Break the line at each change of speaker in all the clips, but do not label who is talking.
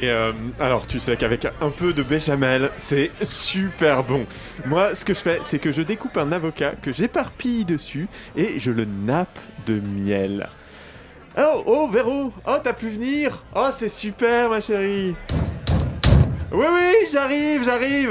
Et euh, alors, tu sais qu'avec un peu de béchamel, c'est super bon. Moi, ce que je fais, c'est que je découpe un avocat que j'éparpille dessus et je le nappe de miel. Oh, oh, Véro Oh, t'as pu venir Oh, c'est super, ma chérie Oui, oui, j'arrive, j'arrive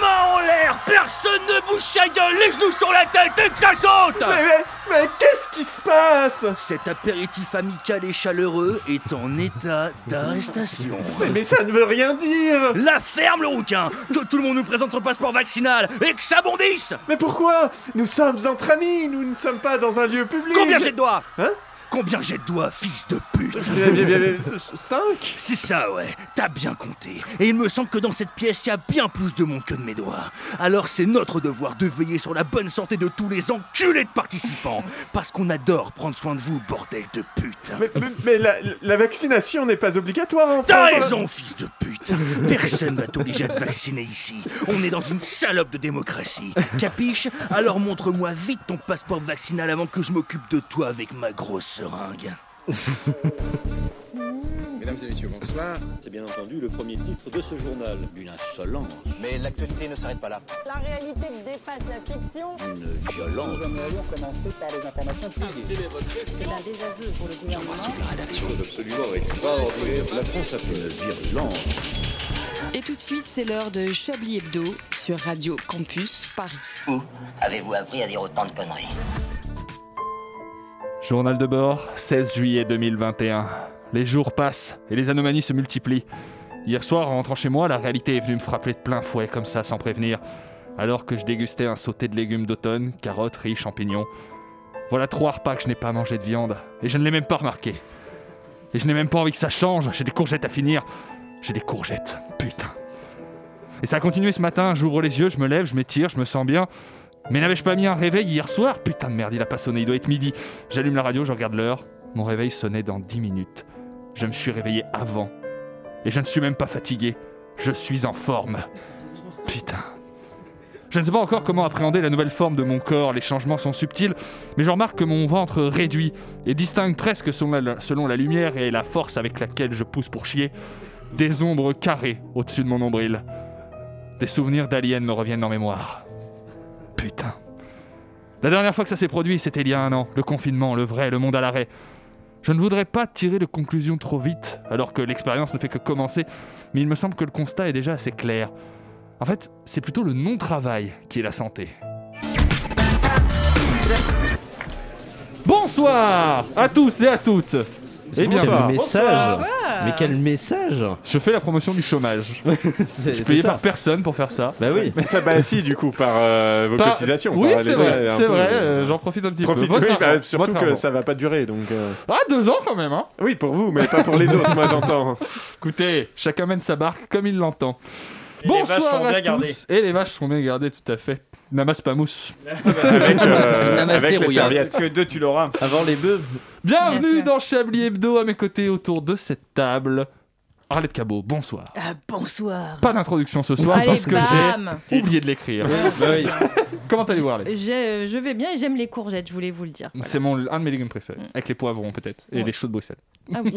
Main en l'air Personne ne bouge sa gueule Les genoux sur la tête et que ça saute
Mais, mais, mais qu'est-ce qui se passe
Cet apéritif amical et chaleureux est en état d'arrestation.
mais, mais ça ne veut rien dire
La ferme le rouquin Que tout le monde nous présente son passeport vaccinal Et que ça bondisse
Mais pourquoi Nous sommes entre amis, nous ne sommes pas dans un lieu public
Combien j'ai de doigts
Hein
Combien j'ai de doigts, fils de pute
Bien, bien, bien, bien, Cinq
C'est ça, ouais, t'as bien compté. Et il me semble que dans cette pièce, il y a bien plus de monde que de mes doigts. Alors c'est notre devoir de veiller sur la bonne santé de tous les enculés de participants. Parce qu'on adore prendre soin de vous, bordel de pute.
Mais, mais- mais la, la vaccination n'est pas obligatoire en
T'as
France.
raison, fils de pute. Personne va t'obliger à te vacciner ici. On est dans une salope de démocratie. Capiche Alors montre-moi vite ton passeport vaccinal avant que je m'occupe de toi avec ma grosse seringue.
Mesdames et messieurs, bonsoir. C'est bien entendu le premier titre de ce journal. Une insolence,
Mais l'actualité ne s'arrête pas là.
La réalité dépasse la fiction.
une violence.
C'est un désaveu pour le gouvernement.
La France a fait une virulence.
Et tout de suite, c'est l'heure de Chablis Hebdo sur Radio Campus Paris.
Avez-vous appris à dire autant de conneries
Journal de bord, 16 juillet 2021. Les jours passent et les anomalies se multiplient. Hier soir, en rentrant chez moi, la réalité est venue me frapper de plein fouet comme ça, sans prévenir, alors que je dégustais un sauté de légumes d'automne, carottes, riz, champignons. Voilà trois repas que je n'ai pas mangé de viande, et je ne l'ai même pas remarqué. Et je n'ai même pas envie que ça change, j'ai des courgettes à finir. J'ai des courgettes, putain. Et ça a continué ce matin, j'ouvre les yeux, je me lève, je m'étire, je me sens bien. Mais n'avais-je pas mis un réveil hier soir Putain de merde, il a pas sonné, il doit être midi. J'allume la radio, je regarde l'heure. Mon réveil sonnait dans 10 minutes. Je me suis réveillé avant. Et je ne suis même pas fatigué. Je suis en forme. Putain. Je ne sais pas encore comment appréhender la nouvelle forme de mon corps, les changements sont subtils, mais je remarque que mon ventre réduit et distingue presque selon la, selon la lumière et la force avec laquelle je pousse pour chier des ombres carrées au-dessus de mon nombril. Des souvenirs d'aliens me reviennent en mémoire. Putain. La dernière fois que ça s'est produit, c'était il y a un an. Le confinement, le vrai, le monde à l'arrêt. Je ne voudrais pas tirer de conclusions trop vite, alors que l'expérience ne fait que commencer, mais il me semble que le constat est déjà assez clair. En fait, c'est plutôt le non-travail qui est la santé. Bonsoir à tous et à toutes
C'est
Eh bien,
quel
bonsoir.
message Mais quel message
Je fais la promotion du chômage.
C'est-
Je
c'est
payais
ça.
par personne pour faire ça.
Bah oui.
Ça, bah si, du coup, par euh, vos
Ah Par-
cotisations.
Oui,
par les-
c'est vrai,
ouais, un
c'est
peu-
vrai, euh, j'en profite un petit
Profite,
peu. Votre
oui, bah,
argent,
surtout
votre
que
argent.
ça va pas durer, donc... euh,
Ah, deux ans quand même, hein
Oui, pour vous, mais pas pour les autres, moi j'entends.
Écoutez, chacun mène sa barque comme il l'entend. Bonsoir à tous. Et les vaches sont bien gardées, tout à fait. Namas pas mousse.
Avec, euh,
Namasté,
avec les
Rouillard.
serviettes.
Avant les bœufs.
Bienvenue
Merci.
dans Chablis Hebdo, à mes côtés autour de cette table. Arlette Cabot, bonsoir.
Ah, bonsoir.
Pas d'introduction ce soir
Allez,
parce que
bam
j'ai oublié de l'écrire.
bah
Comment allez-vous Arlette
J'ai- Je vais bien et j'aime les courgettes, je voulais vous le dire.
C'est mon, un de mes légumes préférés, avec les poivrons peut-être, et
Mm. Ouais.
les choux de Bruxelles.
Ah oui.
Il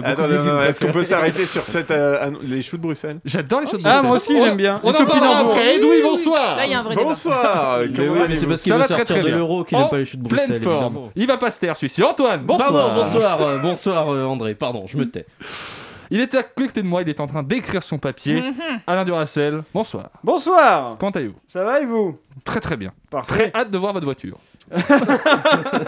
y a beaucoup
Attends,
de
non, non,
légumes.
est-ce qu'on peut s'arrêter sur cette, euh, annon- les choux de Bruxelles
J'adore les choux de Bruxelles.
Ah, moi aussi, j'aime bien.
On en parlera après. Edoui, bonsoir.
Là, il y a un vrai débat.
Bonsoir
Mais
Comment
oui, mais
allez-vous
c'est parce qu'il
Ça
veut
va très,
sortir
très
de
bien.
l'euro qu'il
En
n'aime pas les chutes de Bruxelles.
Pleine forme.
évidemment.
Il va pas se taire celui-ci. Antoine, bonsoir.
Pardon, bonsoir, euh, bonsoir euh, André, pardon, je me tais.
Il était à côté de moi, il est en train d'écrire son papier.
Mm-hmm.
Alain Duracel, bonsoir.
Bonsoir
Comment allez-vous
Ça va et vous
Très très bien.
Parfait.
Hâte de voir votre voiture.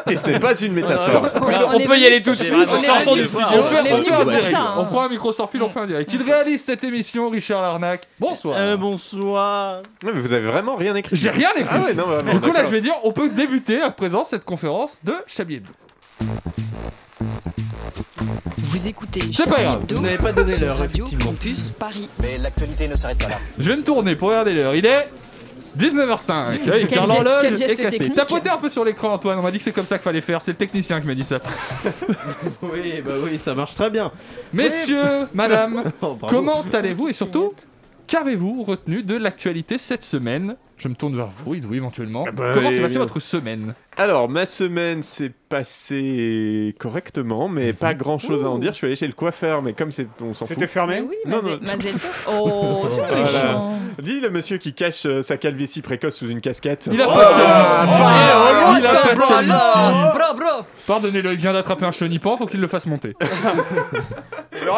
Et ce n'est pas une métaphore.
on peut y aller tout de suite.
on est
sortons
venu-
du studio.
on, fait,
on est
on
venu
fait un
pour
direct.
ça, hein.
on prend un micro sans fil, on fait un direct. Mm. Il réalise cette émission, Richard Larnac. Bonsoir.
bonsoir.
Non, mais vous avez vraiment rien écrit.
J'ai rien écrit.
Ah ouais, non, vraiment,
du coup là
d'accord.
je vais dire, on peut débuter à présent cette conférence de Chablis Hebdo.
Vous écoutez
C'est pas
Chablis
grave,
Hebdo
vous n'avez pas donné
sur
l'heure,
Radio
effectivement.
Campus Paris.
Mais l'actualité ne s'arrête pas là.
Je vais me tourner pour regarder l'heure. Il est 19h05. Oui, car
geste-
l'horloge
quel geste
est cassée.
technique.
Tapotez un peu sur l'écran, Antoine. On m'a dit que c'est comme ça qu'il fallait faire. C'est le technicien qui m'a dit ça.
Oui, bah oui, ça marche très bien.
Messieurs, madame,
Oh, bravo.
Comment allez-vous et surtout, qu'avez-vous retenu de l'actualité cette semaine Je me tourne vers vous, Ido, éventuellement.
bah,
Comment s'est
et-
passée votre semaine
Alors, ma semaine s'est passée correctement, mais pas grand chose à en dire. Je suis allé chez le coiffeur, mais comme c'est, on s'en fout.
C'était fermé Mais oui,
Non,
Mazet-
non.
Mazet- Oh, tu es
ah
méchant.
Dis le monsieur qui cache euh, sa calvitie précoce sous une casquette.
Il a Oh, pas de calvitie.
bah,
Il a pas de calvitie.
Bro, bro
Pardonnez-le, il vient d'attraper un chenipan, faut qu'il le fasse monter.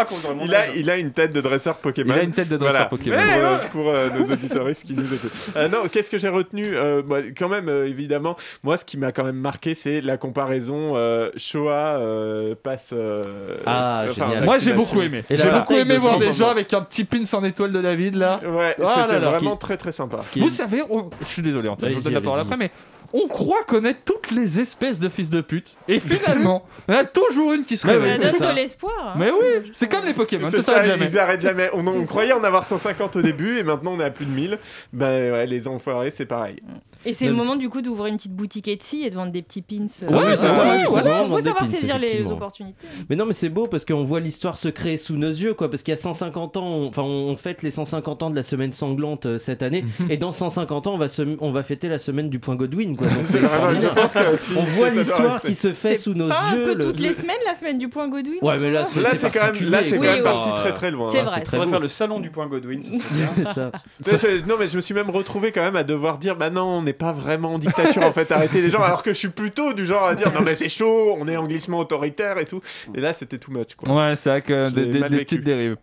Il a, il a une tête de dresseur Pokémon.
Il a une tête de dresseur Pokémon.
Pour,
Ouais,
euh,
ouais.
pour, euh, nos auditeurs qui nous écoutent. Euh, non, qu'est-ce que j'ai retenu Euh, moi, Quand même, euh, évidemment, moi, ce qui m'a quand même marqué, c'est la comparaison euh, Shoah euh, passe. euh,
Ah,
enfin,
génial.
Moi j'ai
vaccination.
beaucoup aimé. J'ai beaucoup aimé voir des gens
gens
avec un petit pins en étoile de David là.
Ouais,
Ah là
c'était
là.
vraiment très très sympa.
Vous savez, on- je suis désolé, Antoine, je vous
Vas-y,
donne la parole
vas-y.
après, mais on croit connaître toutes les espèces de fils de pute, et finalement, il y en a toujours une qui se
Ça
révèle.
donne de l'espoir. hein.
Mais oui, c'est comme les Pokémon,
C'est
ça s'arrête
ça,
jamais.
Ils arrêtent jamais. On, on croyait en avoir 150 au début et maintenant on est à plus de 1000. Ben ouais, les enfoirés, c'est pareil.
Et c'est
Même
le moment du coup d'ouvrir une petite boutique Etsy et de vendre des petits pins. euh,
Ah oui, c'est ça,
voilà.
ouais, c'est bon,
faut
vendre des
savoir
pins,
saisir les
effectivement.
opportunités.
Mais non, mais c'est beau parce qu'on voit l'histoire se créer sous nos yeux, quoi. Parce qu'il y a 150 ans, on- enfin, on fête les 150 ans de la semaine sanglante euh, cette année, et dans 150 ans, on va, se- on va fêter la semaine du point Godwin, quoi. Donc,
C'est
c'est
vraiment- je
extraordinaire.
pense que si-
on
si
voit
ça doit
l'histoire
rester.
qui se fait
C'est
sous nos
pas
yeux.
un peu
le-
toutes les semaines la semaine du point Godwin
Ouais, mais là,
tu
c'est
vois
Là, c'est quand même, là, c'est quand
particulier,
même
quoi.
parti très très loin.
C'est
hein.
vrai.
On va faire le salon du point Godwin, ce serait bien.
ça.
Tu sais, je- non, mais je me suis même retrouvé quand même à devoir dire Bah non, on n'est pas vraiment en dictature en fait, arrêtez les gens. Alors que je suis plutôt du genre à dire Non, mais c'est chaud, on est en glissement autoritaire et tout. Et là, c'était too much quoi.
Ouais, c'est vrai que
Je
des,
l'ai
des-
mal
des
vécu.
petites dérives.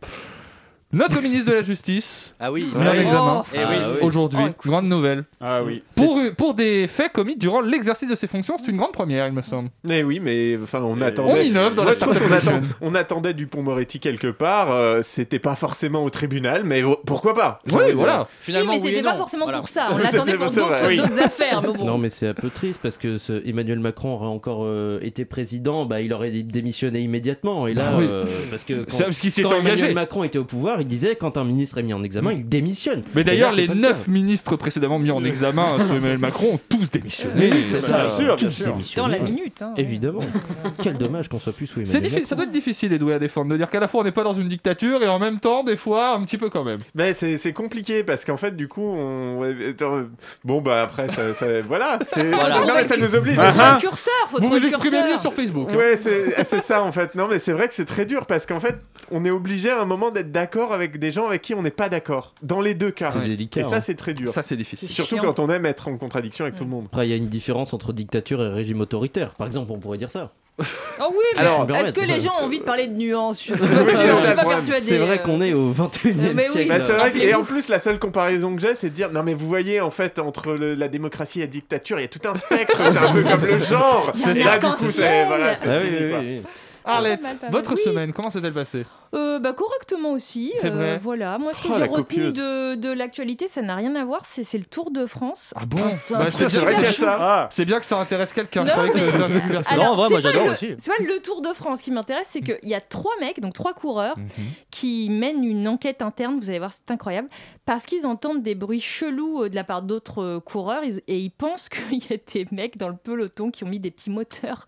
Notre ministre de la Justice,
Ah oui,
mis en
ah oui.
examen
Eh oui. Ah oui.
aujourd'hui,
Oh, écoute.
grande nouvelle.
Ah oui.
Pour, pour des faits commis durant l'exercice de ses fonctions, c'est une grande première, il me semble.
Mais oui, mais enfin, on attendait.
On innove dans
Moi,
la
je trouve
Startup
qu'on attend-
Nation.
On attendait du pont Moretti quelque part. euh, c'était pas forcément au tribunal, mais oh, pourquoi pas euh, J'ai
Oui,
envie de
voilà.
dire.
Finalement,
si, mais
oui
c'était
et
pas
non.
forcément
Voilà.
pour ça. On
Oui,
l'attendait
c'était
pour
pas ça,
d'autres
ouais.
d'autres affaires. mais bon.
Non, mais c'est un peu triste parce que ce Emmanuel Macron aurait encore euh, été président, bah, il aurait démissionné immédiatement. Et là,
Bah oui.
euh, parce que quand,
C'est parce qu'il s'y est
quand
engagé.
Emmanuel Macron était au pouvoir, il disait quand un ministre est mis en examen, il démissionne.
Mais
Et là,
d'ailleurs,
c'est
les
pas le
neuf
cas.
ministres précédemment mis en examen euh, sous Emmanuel Macron ont tous démissionné.
Mais oui, c'est ça,
Euh,
bien sûr,
tous
bien sûr.
démissionnés.
Dans la minute. hein.
Évidemment. Quel dommage qu'on soit plus sous Emmanuel
C'est difficile, ça doit être difficile, Edouard, à défendre, de dire qu'à la fois on n'est pas dans une dictature et en même temps, des fois, un petit peu quand même.
Mais c'est c'est compliqué parce qu'en fait, du coup, on. ouais, attends, Bon, bah après, ça. ça- voilà. c'est-
Voilà.
Non, mais ça nous oblige.
Faut
Ah,
trouver un curseur.
Ah,
Faut
Vous
trouver
vous
le
exprimez
curseur.
mieux sur Facebook. hein.
Ouais, c'est ah, c'est ça en fait. Non, mais c'est vrai que c'est très dur parce qu'en fait, on est obligé à un moment d'être d'accord avec des gens avec qui on n'est pas d'accord. Dans les deux cas.
C'est délicat,
Et ça,
hein.
c'est très dur.
Ça, c'est difficile.
Surtout
chiant.
quand on aime être en contradiction avec tout le monde.
Après, il y a une différence entre dictature et régime autoritaire. Par exemple, on pourrait dire ça.
Oh oui, mais
Alors,
est-ce que les gens ont envie de parler de nuances Je suis pas
c'est
sûre,
ça,
je suis
le
pas
problème.
persuadée.
C'est vrai
euh.
qu'on est au 21e
Mais oui.
siècle.
Bah, c'est
Ah,
vrai que- et en
Rappelez-vous.
plus, la seule comparaison que j'ai, c'est de dire non, mais vous voyez, en fait, entre le- la démocratie et la dictature, il y a tout un spectre, c'est un peu comme le genre.
Il y a un
Et là, du coup,
arc-en-ciel.
c'est voilà, c'est
Ah oui,
fini,
oui,
quoi.
oui, oui.
Arlette,
Pas mal, pas mal.
votre
Oui.
semaine, comment s'est-elle passée
Euh, bah, correctement aussi.
C'est
euh,
vrai.
voilà. Moi, ce que
Oh,
j'ai
la
retenu
copieuse.
de, de l'actualité, ça n'a rien à voir. C'est c'est le Tour de France.
Ah bon
Putain,
Bah,
C'est
bien
vrai
que
qu'il y a
ça-
ça.
C'est bien que ça intéresse quelqu'un, je
Non,
croyais que ça
mais-
allait être un jeu de personne.
Alors,
Non, en vrai,
c'est
moi,
pas
j'adore
le-
aussi.
C'est pas le Tour de France qui m'intéresse, c'est qu'il y a trois mecs, donc trois coureurs,
Mhm.
qui mènent une enquête interne. Vous allez voir, c'est incroyable. Parce qu'ils entendent des bruits chelous euh, de la part d'autres euh, coureurs ils- et ils pensent qu'il y a des mecs dans le peloton qui ont mis des petits moteurs.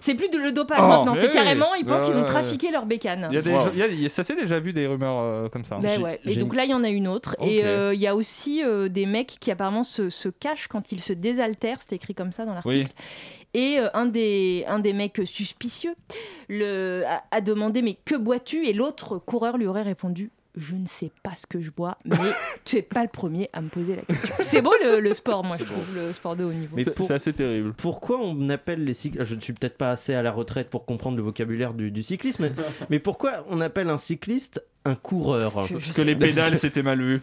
C'est plus de le dopage
Oh,
maintenant, c'est
mais-
carrément, ils pensent
Ouais,
qu'ils ont
ouais,
trafiqué leur bécane.
Il y a des gens- il y a- il y a- ça s'est déjà vu des rumeurs euh, comme ça. hein.
Ben
J'ai-
ouais. Et
j'ai
donc
une-
là, il y en a une autre.
Ok.
Et euh, il y a aussi euh, des mecs qui apparemment se, se cachent quand ils se désaltèrent. C'est écrit comme ça dans l'article.
Oui.
Et euh, un, des, un des mecs suspicieux le, a, a demandé Mais que bois-tu Et l'autre coureur lui aurait répondu Je ne sais pas ce que je bois, mais tu n'es pas le premier à me poser la question. C'est beau le, le sport, moi, je trouve, le sport de haut niveau.
Mais
C'est-
pour-
C'est assez terrible.
Pourquoi on appelle les cyclistes Je ne suis peut-être pas assez à la retraite pour comprendre le vocabulaire du, du cyclisme, mais, mais pourquoi on appelle un cycliste un coureur
Je- je
Parce que
sais
les
pas.
pédales, c'était mal vu.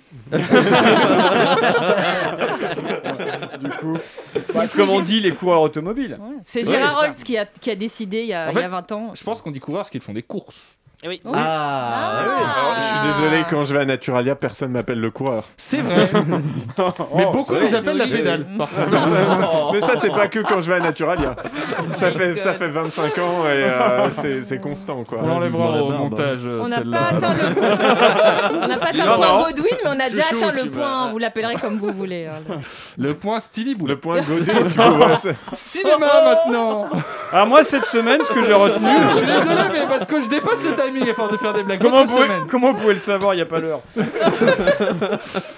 Bah, comme on dit, les coureurs automobiles.
C'est
Ouais,
Gérard
c'est ça.
Holtz qui a, qui a décidé Euh, il y a,
En
il y a
fait,
20 ans.
Je pense qu'on dit coureurs parce qu'ils font des courses.
Eh oui.
Ah,
Alors, je suis désolé, quand je vais à Naturalia, personne m'appelle le coureur. Oh.
C'est vrai. Mais beaucoup nous appellent la pédale. par contre. Oh.
Mais ça, c'est pas que quand je vais à Naturalia. Ça fait, ça fait 25 ans et euh, c'est c'est constant, quoi.
On l'enlèvera au
la barbe.
montage, euh,
hein. On n'a pas
celle-là.
atteint le point, on n'a pas atteint le
Non,
point
non.
Godwin, mais on a déjà
Chouchou,
atteint le
tu
point. Vous l'appellerez comme vous voulez. hein.
Le point Stevie Boulet.
Le point Godet, du coup, ouais, c'est-
Cinéma maintenant
Alors Ah, moi cette semaine, ce que j'ai retenu.
Je suis désolé, mais parce que je dépasse le timing effort de faire des blagues.
Comment
Votre
vous, pouvez,
semaine.
comment vous pouvez le savoir Il n'y a pas l'heure.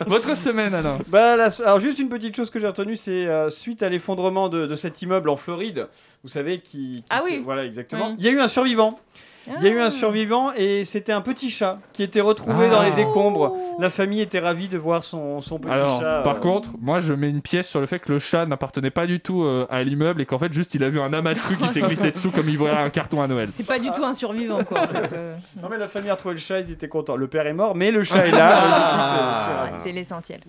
Votre semaine, alors
Bah, la so- alors juste une petite chose que j'ai retenue, c'est euh, suite à l'effondrement de, de cet immeuble en Floride, vous savez qui, qui
Ah
s'est-
oui.
voilà exactement.
Oui.
Il y a eu un survivant. Il y a eu
Ah.
un survivant et c'était un petit chat qui était retrouvé
Ah.
dans les décombres. La famille était ravie de voir son, son petit
Alors,
chat.
par
euh,
contre, moi je mets une pièce sur le fait que le chat n'appartenait pas du tout euh, à l'immeuble et qu'en fait, juste il a vu un amas de trucs qui s'est glissé dessous comme il voyait un carton à Noël.
C'est pas du tout un survivant, quoi. en fait, euh.
Non mais la famille a retrouvé le chat, ils étaient contents. Le père est mort, mais le
Ah,
chat est là.
Ah.
donc du coup, c'est- c'est-
C'est l'essentiel.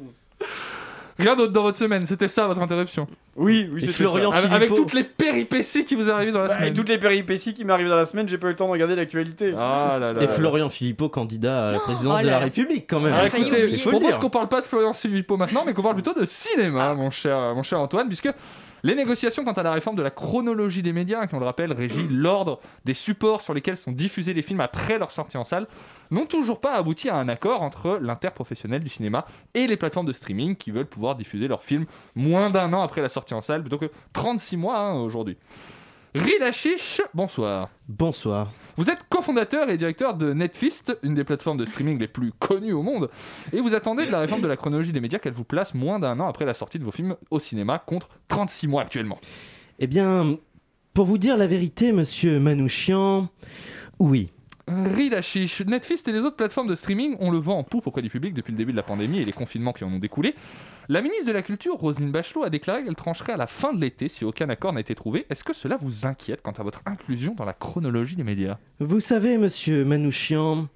Rien d'autre dans votre semaine, c'était ça votre interruption
Oui, oui,
Et
c'était
Florian
ça. Avec-
Philippot.
Avec toutes
les péripéties qui vous arrivent dans la
semaine. Bah, toutes les péripéties qui m'arrivent dans la semaine, j'ai pas eu le temps de regarder l'actualité.
Ah là
Et Florian Philippot, candidat à la présidence
oh
de
là
la
là.
République, quand même.
Alors,
Il faut-
écoutez,
il
je
faut le
propose
dire. Ah.
qu'on parle pas de Florian Philippot maintenant, mais qu'on parle plutôt de cinéma, mon cher, mon cher Antoine, puisque les négociations quant à la réforme de la chronologie des médias, qui on le rappelle régit
Mm.
l'ordre des supports sur lesquels sont diffusés les films après leur sortie en salle, n'ont toujours pas abouti à un accord entre l'interprofessionnel du cinéma et les plateformes de streaming qui veulent pouvoir diffuser leurs films moins d'un an après la sortie en salle, plutôt que 36 mois hein, aujourd'hui. Rilachiche, bonsoir.
Bonsoir.
Vous êtes cofondateur et directeur de Netflix, une des plateformes de streaming les plus connues au monde, et vous attendez de la réforme de la chronologie des médias qu'elle vous place moins d'un an après la sortie de vos films au cinéma, contre 36 mois actuellement.
Eh bien, pour vous dire la vérité, monsieur Manouchian, oui.
Ridachiche, Netflix et les autres plateformes de streaming, on le vend en poupe auprès du public depuis le début de la pandémie et les confinements qui en ont découlé. La ministre de la Culture, Roselyne Bachelot, a déclaré qu'elle trancherait à la fin de l'été si aucun accord n'a été trouvé. Est-ce que cela vous inquiète quant à votre inclusion dans la chronologie des médias
Vous savez, monsieur Manouchian,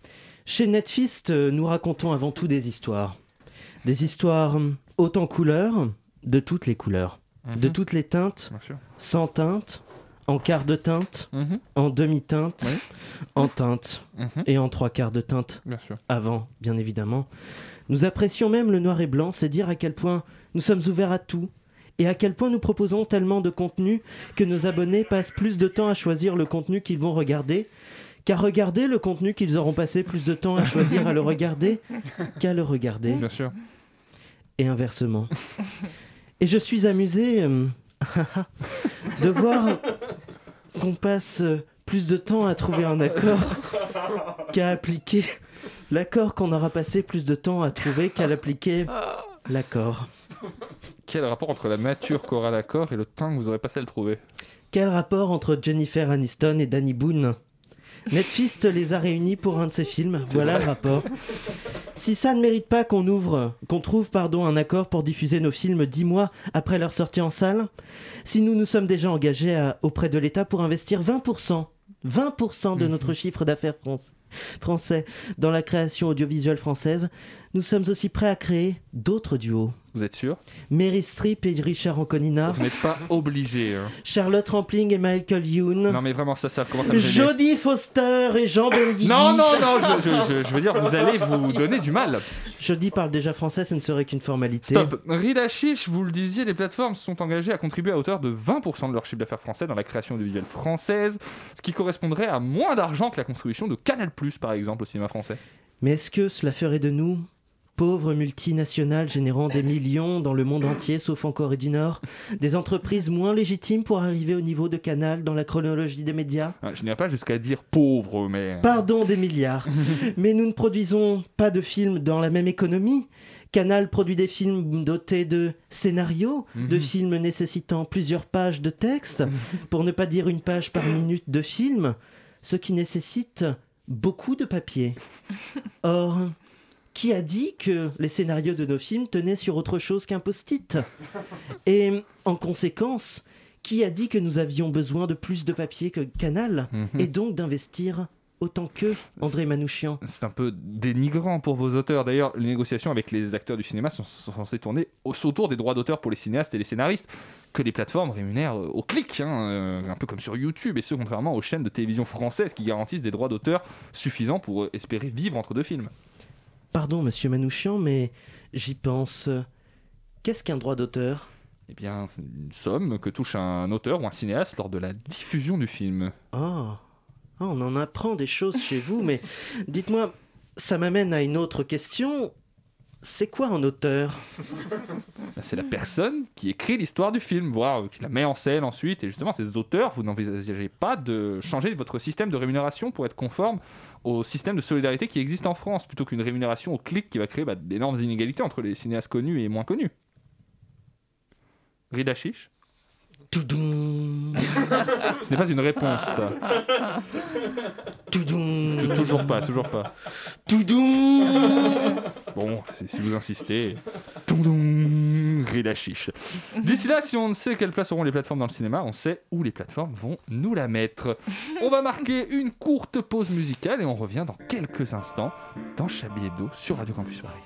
chez Netfist, euh, nous racontons avant tout des histoires. Des histoires hum, hautes en couleurs, de toutes les couleurs, de toutes les teintes,
sûr.
sans teinte, en quart de teinte,
Mhm.
en demi-teinte, en teinte
Mhm.
et en trois quarts de teinte.
Bien sûr.
Avant, bien évidemment. Nous apprécions même le noir et blanc, c'est dire à quel point nous sommes ouverts à tout et à quel point nous proposons tellement de contenu que nos abonnés passent plus de temps à choisir le contenu qu'ils vont regarder qu'à regarder le contenu qu'ils auront passé plus de temps à choisir à le regarder qu'à le regarder.
Bien sûr.
Et inversement. Et je suis amusé euh, de voir qu'on passe euh, plus de temps à trouver un accord qu'à appliquer l'accord qu'on aura passé plus de temps à trouver qu'à l'appliquer l'accord.
Quel rapport entre la nature qu'aura l'accord et le temps que vous aurez passé à le trouver
Quel rapport entre Jennifer Aniston et Danny Boone Netflix les a réunis pour un de ses films, voilà le rapport. Si ça ne mérite pas qu'on ouvre, qu'on trouve pardon un accord pour diffuser nos films dix mois après leur sortie en salle, si nous nous sommes déjà engagés à- auprès de l'État pour investir 20%, 20% de
Mhm.
notre chiffre d'affaires france- français dans la création audiovisuelle française, nous sommes aussi prêts à créer d'autres duos.
Vous êtes sûr
Mary Streep et Richard Anconina,
Vous n'êtes pas obligé. hein.
Charlotte Rampling et Michael Youn.
Non mais vraiment ça, ça commence à me gêner.
Jodie Foster et Jean Benguigui.
Non, non, non, je, je- je- je veux dire, vous allez vous donner du mal.
Jodie parle déjà français, ce ne serait qu'une formalité.
Stop. Ridachiche, vous le disiez, les plateformes sont engagées à contribuer à hauteur de 20% de leur chiffre d'affaires français dans la création audiovisuelle française, ce qui correspondrait à moins d'argent que la contribution de Canal+, par exemple, au cinéma français.
Mais est-ce que cela ferait de nous pauvres multinationales générant des millions dans le monde entier, sauf en Corée du Nord, des entreprises moins légitimes pour arriver au niveau de Canal dans la chronologie des médias
Ah, Je n'irai pas jusqu'à dire pauvre, mais...
Pardon des milliards. Mais nous ne produisons pas de films dans la même économie. Canal produit des films dotés de scénarios, de films nécessitant plusieurs pages de texte, pour ne pas dire une page par minute de film, ce qui nécessite beaucoup de papier. Or, qui a dit que les scénarios de nos films tenaient sur autre chose qu'un post-it Et en conséquence, qui a dit que nous avions besoin de plus de papier que Canal
Mhm.
et donc d'investir autant que André Manouchian
C'est un peu dénigrant pour vos auteurs. D'ailleurs, les négociations avec les acteurs du cinéma sont, sont censées tourner au- autour des droits d'auteur pour les cinéastes et les scénaristes que les plateformes rémunèrent euh, au clic, hein, euh, un peu comme sur YouTube, et ce contrairement aux chaînes de télévision françaises qui garantissent des droits d'auteur suffisants pour euh, espérer vivre entre deux films.
Pardon, monsieur Manouchian, mais j'y pense. Qu'est-ce qu'un droit d'auteur
Eh bien, c'est une somme que touche un auteur ou un cinéaste lors de la diffusion du film.
Oh, Oh, on en apprend des choses chez vous, mais dites-moi, ça m'amène à une autre question. c'est quoi un auteur
C'est la personne qui écrit l'histoire du film, voire euh, qui la met en scène ensuite. Et justement, ces auteurs, vous n'envisagez pas de changer votre système de rémunération pour être conforme au système de solidarité qui existe en France, plutôt qu'une rémunération au clic qui va créer bah, d'énormes inégalités entre les cinéastes connus et moins connus. Ridachiche Ce n'est pas une réponse. ça.
Hmm.
Tou- Toujours pas, toujours pas. Bon, si- si vous insistez. Toudou, Ridachiche. D'ici là, si on ne sait quelle place auront les plateformes dans le cinéma, on sait où les plateformes vont nous la mettre. On va marquer une courte pause musicale et on revient dans quelques instants dans Chablis Hebdo sur Radio Campus Paris.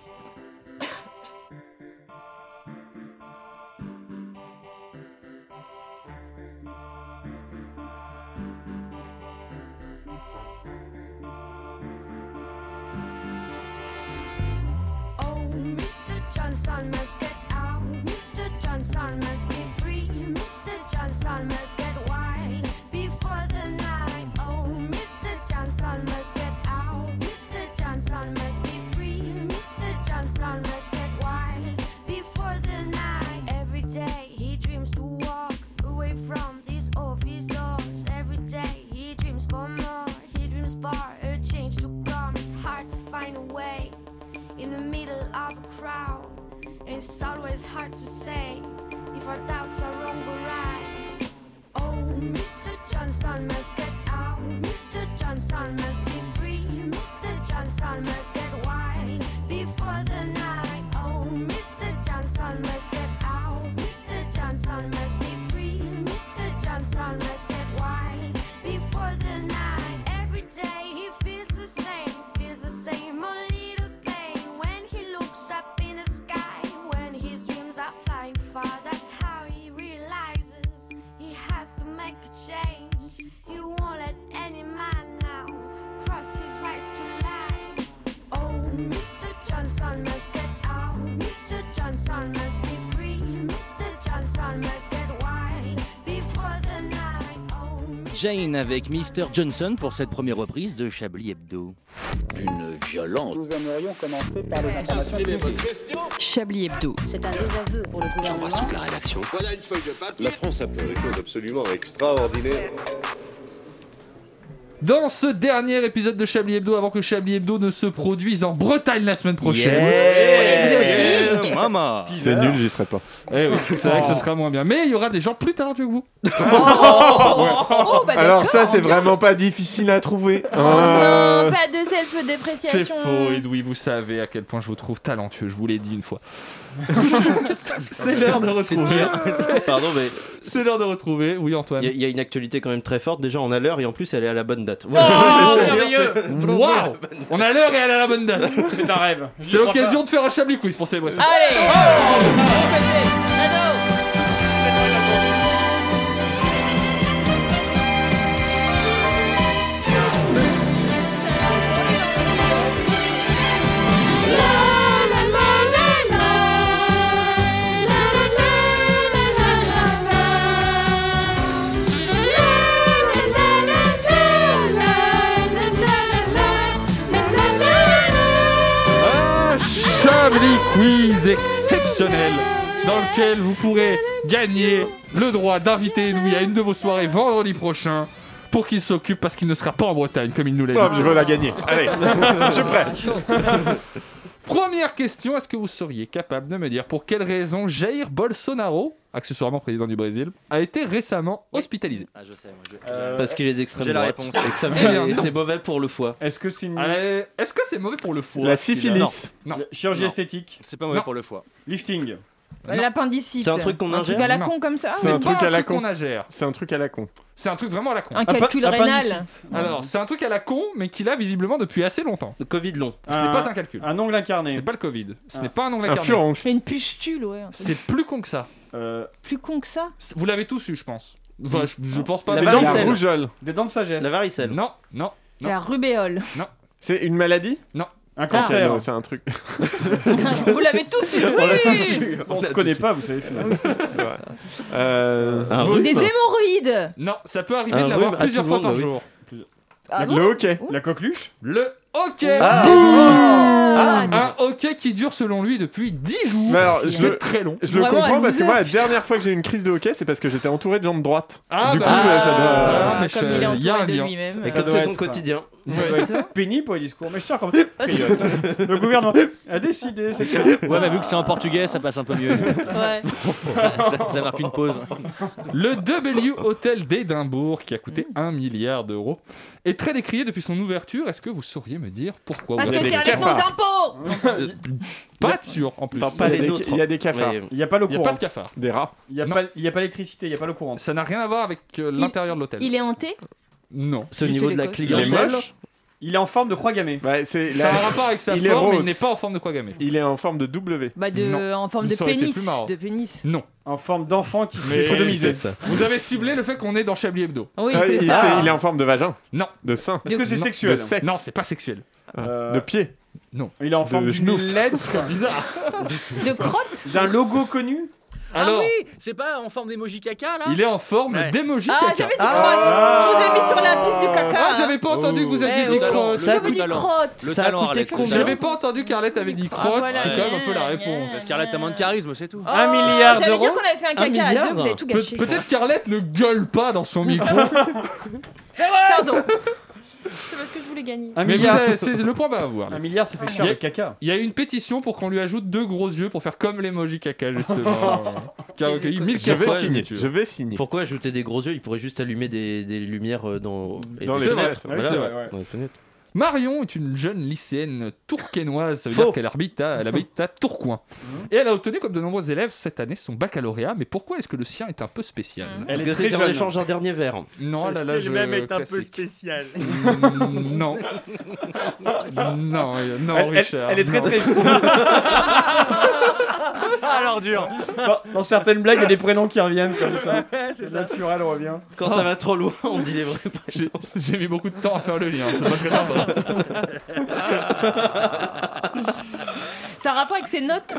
Oh, Mr. Johnson must get out. Mr. Johnson must be free. Mr. Johnson must get wide before the night. Oh, Mr. Johnson must get out. Mr. Johnson must be free. Mr. Johnson must get wide before the night. Every day he dreams to walk away from these office doors. Every day he dreams for more. He dreams for a change to come. It's hard to find a way in the middle of a crowd. And it's always hard to say if our doubts are wrong or right. Oh, Mr. Johnson must get out. Mr. Johnson must be free. Mr. Johnson must get wide before the night. Oh, Mr. Johnson must get out. Mr. Johnson must be free. Mr. Johnson must get wide before the night. Every day he feels the same, feels the same. A little pain when he looks up in the sky. When his dreams are flying far, that's how he realizes he has to make a change. He won't let any man now cross his rights to life. Oh, Mr. Johnson must get out. Mr. Johnson must be free. Mr. Johnson must get wide before the night. Oh,
Jane avec Mr. Johnson pour cette première reprise de Chablis Hebdo. Une violente.
Nous aimerions commencer par les informations
Chablis Hebdo.
C'est un désaveu pour le gouvernement.
la rédaction. Voilà une feuille de papier.
La France a fait des choses absolument extraordinaires.
Dans ce dernier épisode de Chablis Hebdo, avant que Chablis Hebdo ne se produise en Bretagne la semaine prochaine.
Yeah, Exotique.
maman.
C'est nul, j'y serais pas. Oh.
Eh oui, c'est vrai que ce sera moins bien. Mais il y aura des gens plus talentueux que vous.
Oh,
Alors ça,
bah d'accord,
c'est
ambiance.
vraiment pas difficile à trouver. Ah.
Non, Euh, pas de
C'est
self-dépréciation.
faux, Edoui, vous savez à quel point je vous trouve talentueux, je vous l'ai dit une fois. c'est l'heure de retrouver.
Pardon, mais.
C'est l'heure de retrouver. Oui, Antoine.
Il y, a une actualité quand même très forte. Déjà, on a l'heure et en plus, elle est à la bonne date.
Oh,
C'est-
merveilleux
c'est-
Waouh On a l'heure et elle a la bonne date.
C'est un rêve.
C'est l'occasion de faire un chablis quiz pour ces voix.
Allez
Oh,
Oh,
Un Chablis quiz exceptionnel dans lequel vous pourrez gagner le droit d'inviter Edoui à une de vos soirées vendredi prochain pour qu'il s'occupe parce qu'il ne sera pas en Bretagne comme il nous l'a dit.
Hop, Ah, je veux la gagner. Allez, je suis prêt.
Première question, est-ce que vous seriez capable de me dire pour quelle raison Jair Bolsonaro, accessoirement président du Brésil, a été récemment hospitalisé
Ah, je sais, moi,
Euh,
je-
Parce qu'il
est d'extrême
J'ai la
droite.
réponse.
Et que ça hein.
Eh bien,
fait-
non.
c'est mauvais pour le foie.
Est-ce que c'est une.
Euh, Est-ce que c'est mauvais pour le foie
La syphilis.
Non.
La Chirurgie
Non.
esthétique.
C'est
pas mauvais Non. pour
le foie.
Lifting.
Euh, L'appendicite.
C'est un truc qu'on
Un truc
ingère
à la
Non.
con comme ça
C'est
ou
un
pas
truc à la con.
qu'on ingère.
C'est un truc à la con.
C'est un truc vraiment à la con.
Un calcul
Appa-
rénal.
appendicite. Alors, c'est un truc à la con, mais qu'il a visiblement depuis assez longtemps.
Le Covid long.
Ce n'est pas un calcul.
Un ongle incarné.
Ce n'est pas le Covid. Ce
Ah.
n'est pas un ongle
Un
incarné.
furoncle.
J'ai une pustule, ouais. un truc
C'est plus con que ça.
Euh,
Plus con que ça.
C'est- Vous l'avez tous eu, je pense. Enfin, je,
Ah.
je pense pas.
La
mais-
varicelle. La rougeole.
Des dents de sagesse.
La varicelle.
Non, non, non.
La rubéole.
C'est une maladie
Non.
Un
Ah,
cancer.
non, c'est un truc.
Vous l'avez tous eu, oui Ah
On se connaît pas, vous savez finalement.
Ah C'est vrai. Euh,
Des hémorroïdes
Non, ça peut arriver
Un
de l'avoir
rhume à
plusieurs
tout
fois
le
par
monde, oui.
jour.
Ah
Le
bon
hockey.
La coqueluche
Le hockey.
Ah.
Boum
Ah.
Un hockey qui dure selon lui depuis 10 jours.
Mais alors,
C'est
je le,
très long.
je le comprends parce que moi, la dernière fois que j'ai eu une crise de hockey, c'est parce que j'étais entouré de gens de droite.
Ah,
du
bah,
coup, euh, ça doit.
ah, mais Comme je- il est
y a
entouré
un
de
lien.
lui-même.
Ça
Et
doit
comme c'est
être-
son quotidien.
euh, Ouais, c'est pénible pour les discours, mais je sors comme patriote. euh, Le gouvernement a décidé, c'est que.
Ouais, mais vu que c'est en portugais, ça passe un peu mieux.
Ouais.
ça, ça- ça marque une pause.
Le W Hotel d'Édimbourg, qui a coûté 1 milliard d'euros, est très décrié depuis son ouverture. Est-ce que vous sauriez me dire pourquoi
Parce
vous
que
avez
c'est
des
avec nos
cafards
impôts
Euh, Pas sûr en plus.
Attends, pas les nôtres. Il y a des cafards.
Ouais.
Il n'y a pas l'eau
Il n'y a
courante.
pas de cafards.
Des rats.
Il n'y a, pas- il y a pas l'électricité, il n'y a pas l'eau courante.
Ça n'a rien à voir avec euh, l'intérieur de l'hôtel.
Il est hanté
Non.
C'est au niveau de la clientèle.
Il est moche. Il est en forme de croix gammée.
c'est
Ça a un rapport avec sa forme, mais il n'est
pas en forme de croix gammée.
Il est en forme de W.
Bah de, en forme de
Ça aurait été
pénis,
plus marrant.
de pénis.
Non.
En forme d'enfant qui se
Mais
fait sodomiser.
c'est ça. Vous avez ciblé le fait qu'on est dans Chablis Hebdo.
Oui,
Ah, il,
ça.
c'est- il est en forme de vagin
Non.
De sein
Est-ce que c'est
Non.
sexuel
De sexe
Non, c'est pas sexuel.
Euh,
De pied
Non.
Il est en
De
forme d'une
genoux.
lettre.
Ce serait
bizarre.
De crotte
D'un logo connu.
Alors-
Ah oui, c'est pas en forme d'émoji caca là
Hein Il est en forme
Ouais.
d'emoji
Ah,
caca.
j'avais dit crotte
Ah.
Je vous ai mis sur la piste du caca hein.
Ah, j'avais pas entendu
Oh.
que vous aviez
Eh,
dit
le talent,
crotte.
le J'avais dit talent. crotte. Ah, Le
Ça a
talent,
coûté
Arlette, le
combien
talent.
J'avais pas entendu qu'Arlette avait dit crotte.
voilà.
C'est quand même un peu la réponse.
Parce qu'Arlette, t'as moins de charisme, c'est tout.
Un milliard j'allais dire d'euros. Oh, qu'on avait fait un caca à deux, vous avez tout
Pe-
gâché.
Peut-être qu'Arlette ne gueule pas dans son micro.
Pardon C'est parce que je voulais gagner.
Mais vous avez- c'est le point va avoir.
Un milliard, ça fait cher
Il y a-
le caca.
Il y a une pétition pour qu'on lui ajoute deux gros yeux pour faire comme l'emoji caca, justement. Qui a recueilli 1400 signatures.
vais signer.
Pourquoi ajouter des gros yeux Il pourrait juste allumer des, des lumières euh, dans, et
Dans
des
les fenêtres.
fenêtres.
Ah oui,
Voilà,
c'est vrai, ouais.
dans les fenêtres.
Marion est une jeune lycéenne tourquenoise, ça veut dire qu'elle habite, à, elle habite à Tourcoing.
Mhm.
Et elle a obtenu, comme de nombreux élèves cette année, son baccalauréat. Mais pourquoi est-ce que le sien est un peu spécial
Mhm.
Parce que c'était un échange en dernier verre.
Non, là, là, je... classique.
spécial.
Mm, non. Non, euh, non,
Elle- elle-
Richard.
elle est très,
non.
très-
Alors dur
Dans, dans certaines blagues, il y a des prénoms qui reviennent comme ça. c'est naturel, revient.
Quand ça va trop loin, on dit les vrais
J'ai- J'ai mis beaucoup de temps à faire le lien. C'est pas très sympa.
Ça a rapport avec ses notes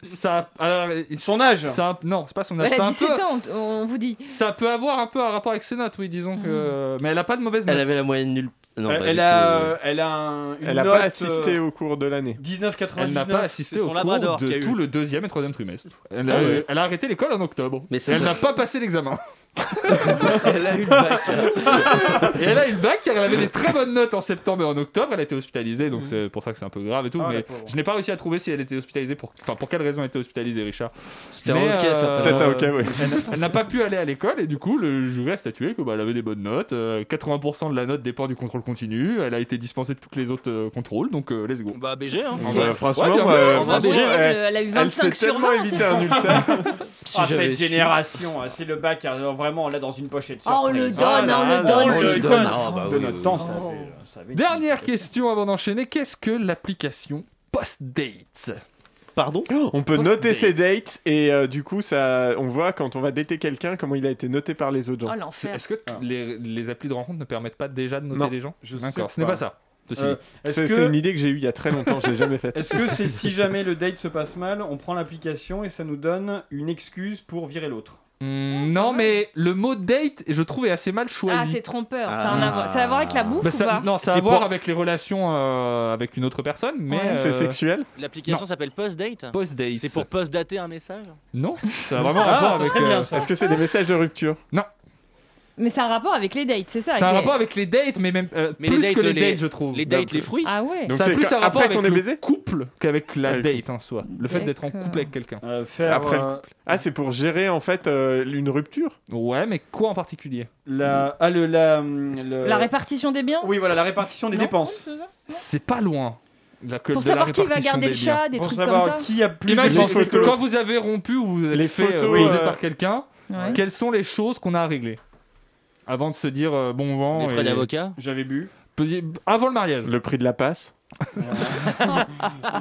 ça, alors, son âge Non, c'est pas son âge.
Elle
c'est
a
un
17
peu-
ans, on- on vous dit.
Ça peut avoir un peu un rapport avec ses notes, oui, disons
Euh,
que. Mais elle a pas de mauvaise note.
Elle avait la moyenne nulle. Non,
elle,
bah,
elle
du
a,
coup,
euh, elle a un- une
Elle n'a
note,
pas assisté
euh,
au cours de l'année.
19,99.
Elle n'a pas assisté au cours de tout le deuxième et troisième trimestre. Elle a,
Ah ouais.
elle a arrêté l'école en octobre.
ça,
elle
ça-
n'a pas passé l'examen.
elle a eu le bac.
et elle a eu le bac car elle avait des très bonnes notes en septembre et en octobre. Elle a été hospitalisée, donc c'est pour ça que c'est un peu grave et tout.
Ah, la
mais
pauvre.
je n'ai pas réussi à trouver si elle était hospitalisée pour, enfin, pour quelle raison elle était hospitalisée, Richard.
C'était
Mais,
un hockey, certainement.
Peut-être un hockey, oui.
Elle, elle n'a pas pu aller à l'école et du coup le jury a statué que bah, elle avait des bonnes notes. Euh, 80% de la note dépend du contrôle continu. Elle a été dispensée de tous les autres euh, contrôles, donc euh, let's go.
Bah BG hein
Ah
C'est-
bah,
Ouais,
franchement,
bien joué.
euh,
On va
franchement,
BG.
elle-
Elle a eu
elle
25
s'est
sur
tellement
20,
évité
c'est-
un ulcère. Si
Ah,
j'avais
cette
su.
génération, hein, c'est le bac, alors vraiment, là, dans une pochette.
Oh, on le
surprise.
donne,
Ah,
hein, on
là,
le
là,
donne,
on
c'est
le
le
donne.
Ah, bah
De
oui,
notre
oui,
temps,
oui.
ça avait- ça avait-
Dernière question avant d'enchaîner. Qu'est-ce que l'application post-date
Pardon
Oh
On peut
Post-date.
noter ses dates et euh, du coup, ça, on voit quand on va dater quelqu'un comment il a été noté par les
Oh,
autres gens.
C'est- Est-ce que t-
Ah.
les, les applis de rencontre ne permettent pas déjà de noter
Non.
les gens
Je
D'accord,
sais
ce n'est
pas.
pas ça. Ceci
Euh,
dit.
est-ce
C'est
que-
c'est une idée que j'ai eue il y a très longtemps, je l'ai jamais faite.
Est-ce que c'est si jamais le date se passe mal, on prend l'application et ça nous donne une excuse pour virer l'autre
Mm, non, mais le mot date, je trouve, est assez mal choisi.
Ah, c'est trompeur. Ça, a un avoir- ça a à voir avec la bouffe
Bah,
ou
ça,
pas
Non, ça a à voir avec les relations euh, avec une autre personne, mais.
Ouais. C'est
euh,
sexuel
L'application
Non.
s'appelle Postdate
Post-date.
C'est pour post-dater un message
Non, ça a vraiment
Ah,
rapport
ça
avec. euh,
serait bien, ça. Ah.
Est-ce que c'est des messages de rupture
Non.
Mais ça a un rapport avec les dates, c'est ça
Ça a un
ok.
rapport avec les dates, mais même euh,
Ah, Mais
plus
les dates,
que les,
les-
dates, je trouve.
les dates, les fruits
Ah ouais.
Donc
Donc
ça a
c'est
plus
quand-
un rapport
après qu'on
avec
est
le
baisé Ah,
couple qu'avec la
Avec-
date en soi. Le fait d'être en
euh,
couple avec quelqu'un.
faire,
Après le
euh,
couple. Ah, c'est pour gérer en fait euh, une rupture
Ouais, mais quoi en particulier
La, ah, le, la, hum, le-
La répartition des biens
Oui, voilà, la répartition des
Non
dépenses.
C'est pas loin. La queue
Pour
de la
savoir qui va
répartition
garder
des
le chat,
biens.
des
Pour
trucs
savoir
comme ça.
qui a plus
Imagine
de
que
photos.
quand vous avez rompu ou vous êtes
Les
fait
photos,
euh, poser
euh,
par quelqu'un,
Ouais.
quelles sont les choses qu'on a à régler avant de se dire euh, bon vent
Les frais
et-
d'avocat
J'avais bu.
Petit- Avant le mariage.
Le prix de la passe
Ah,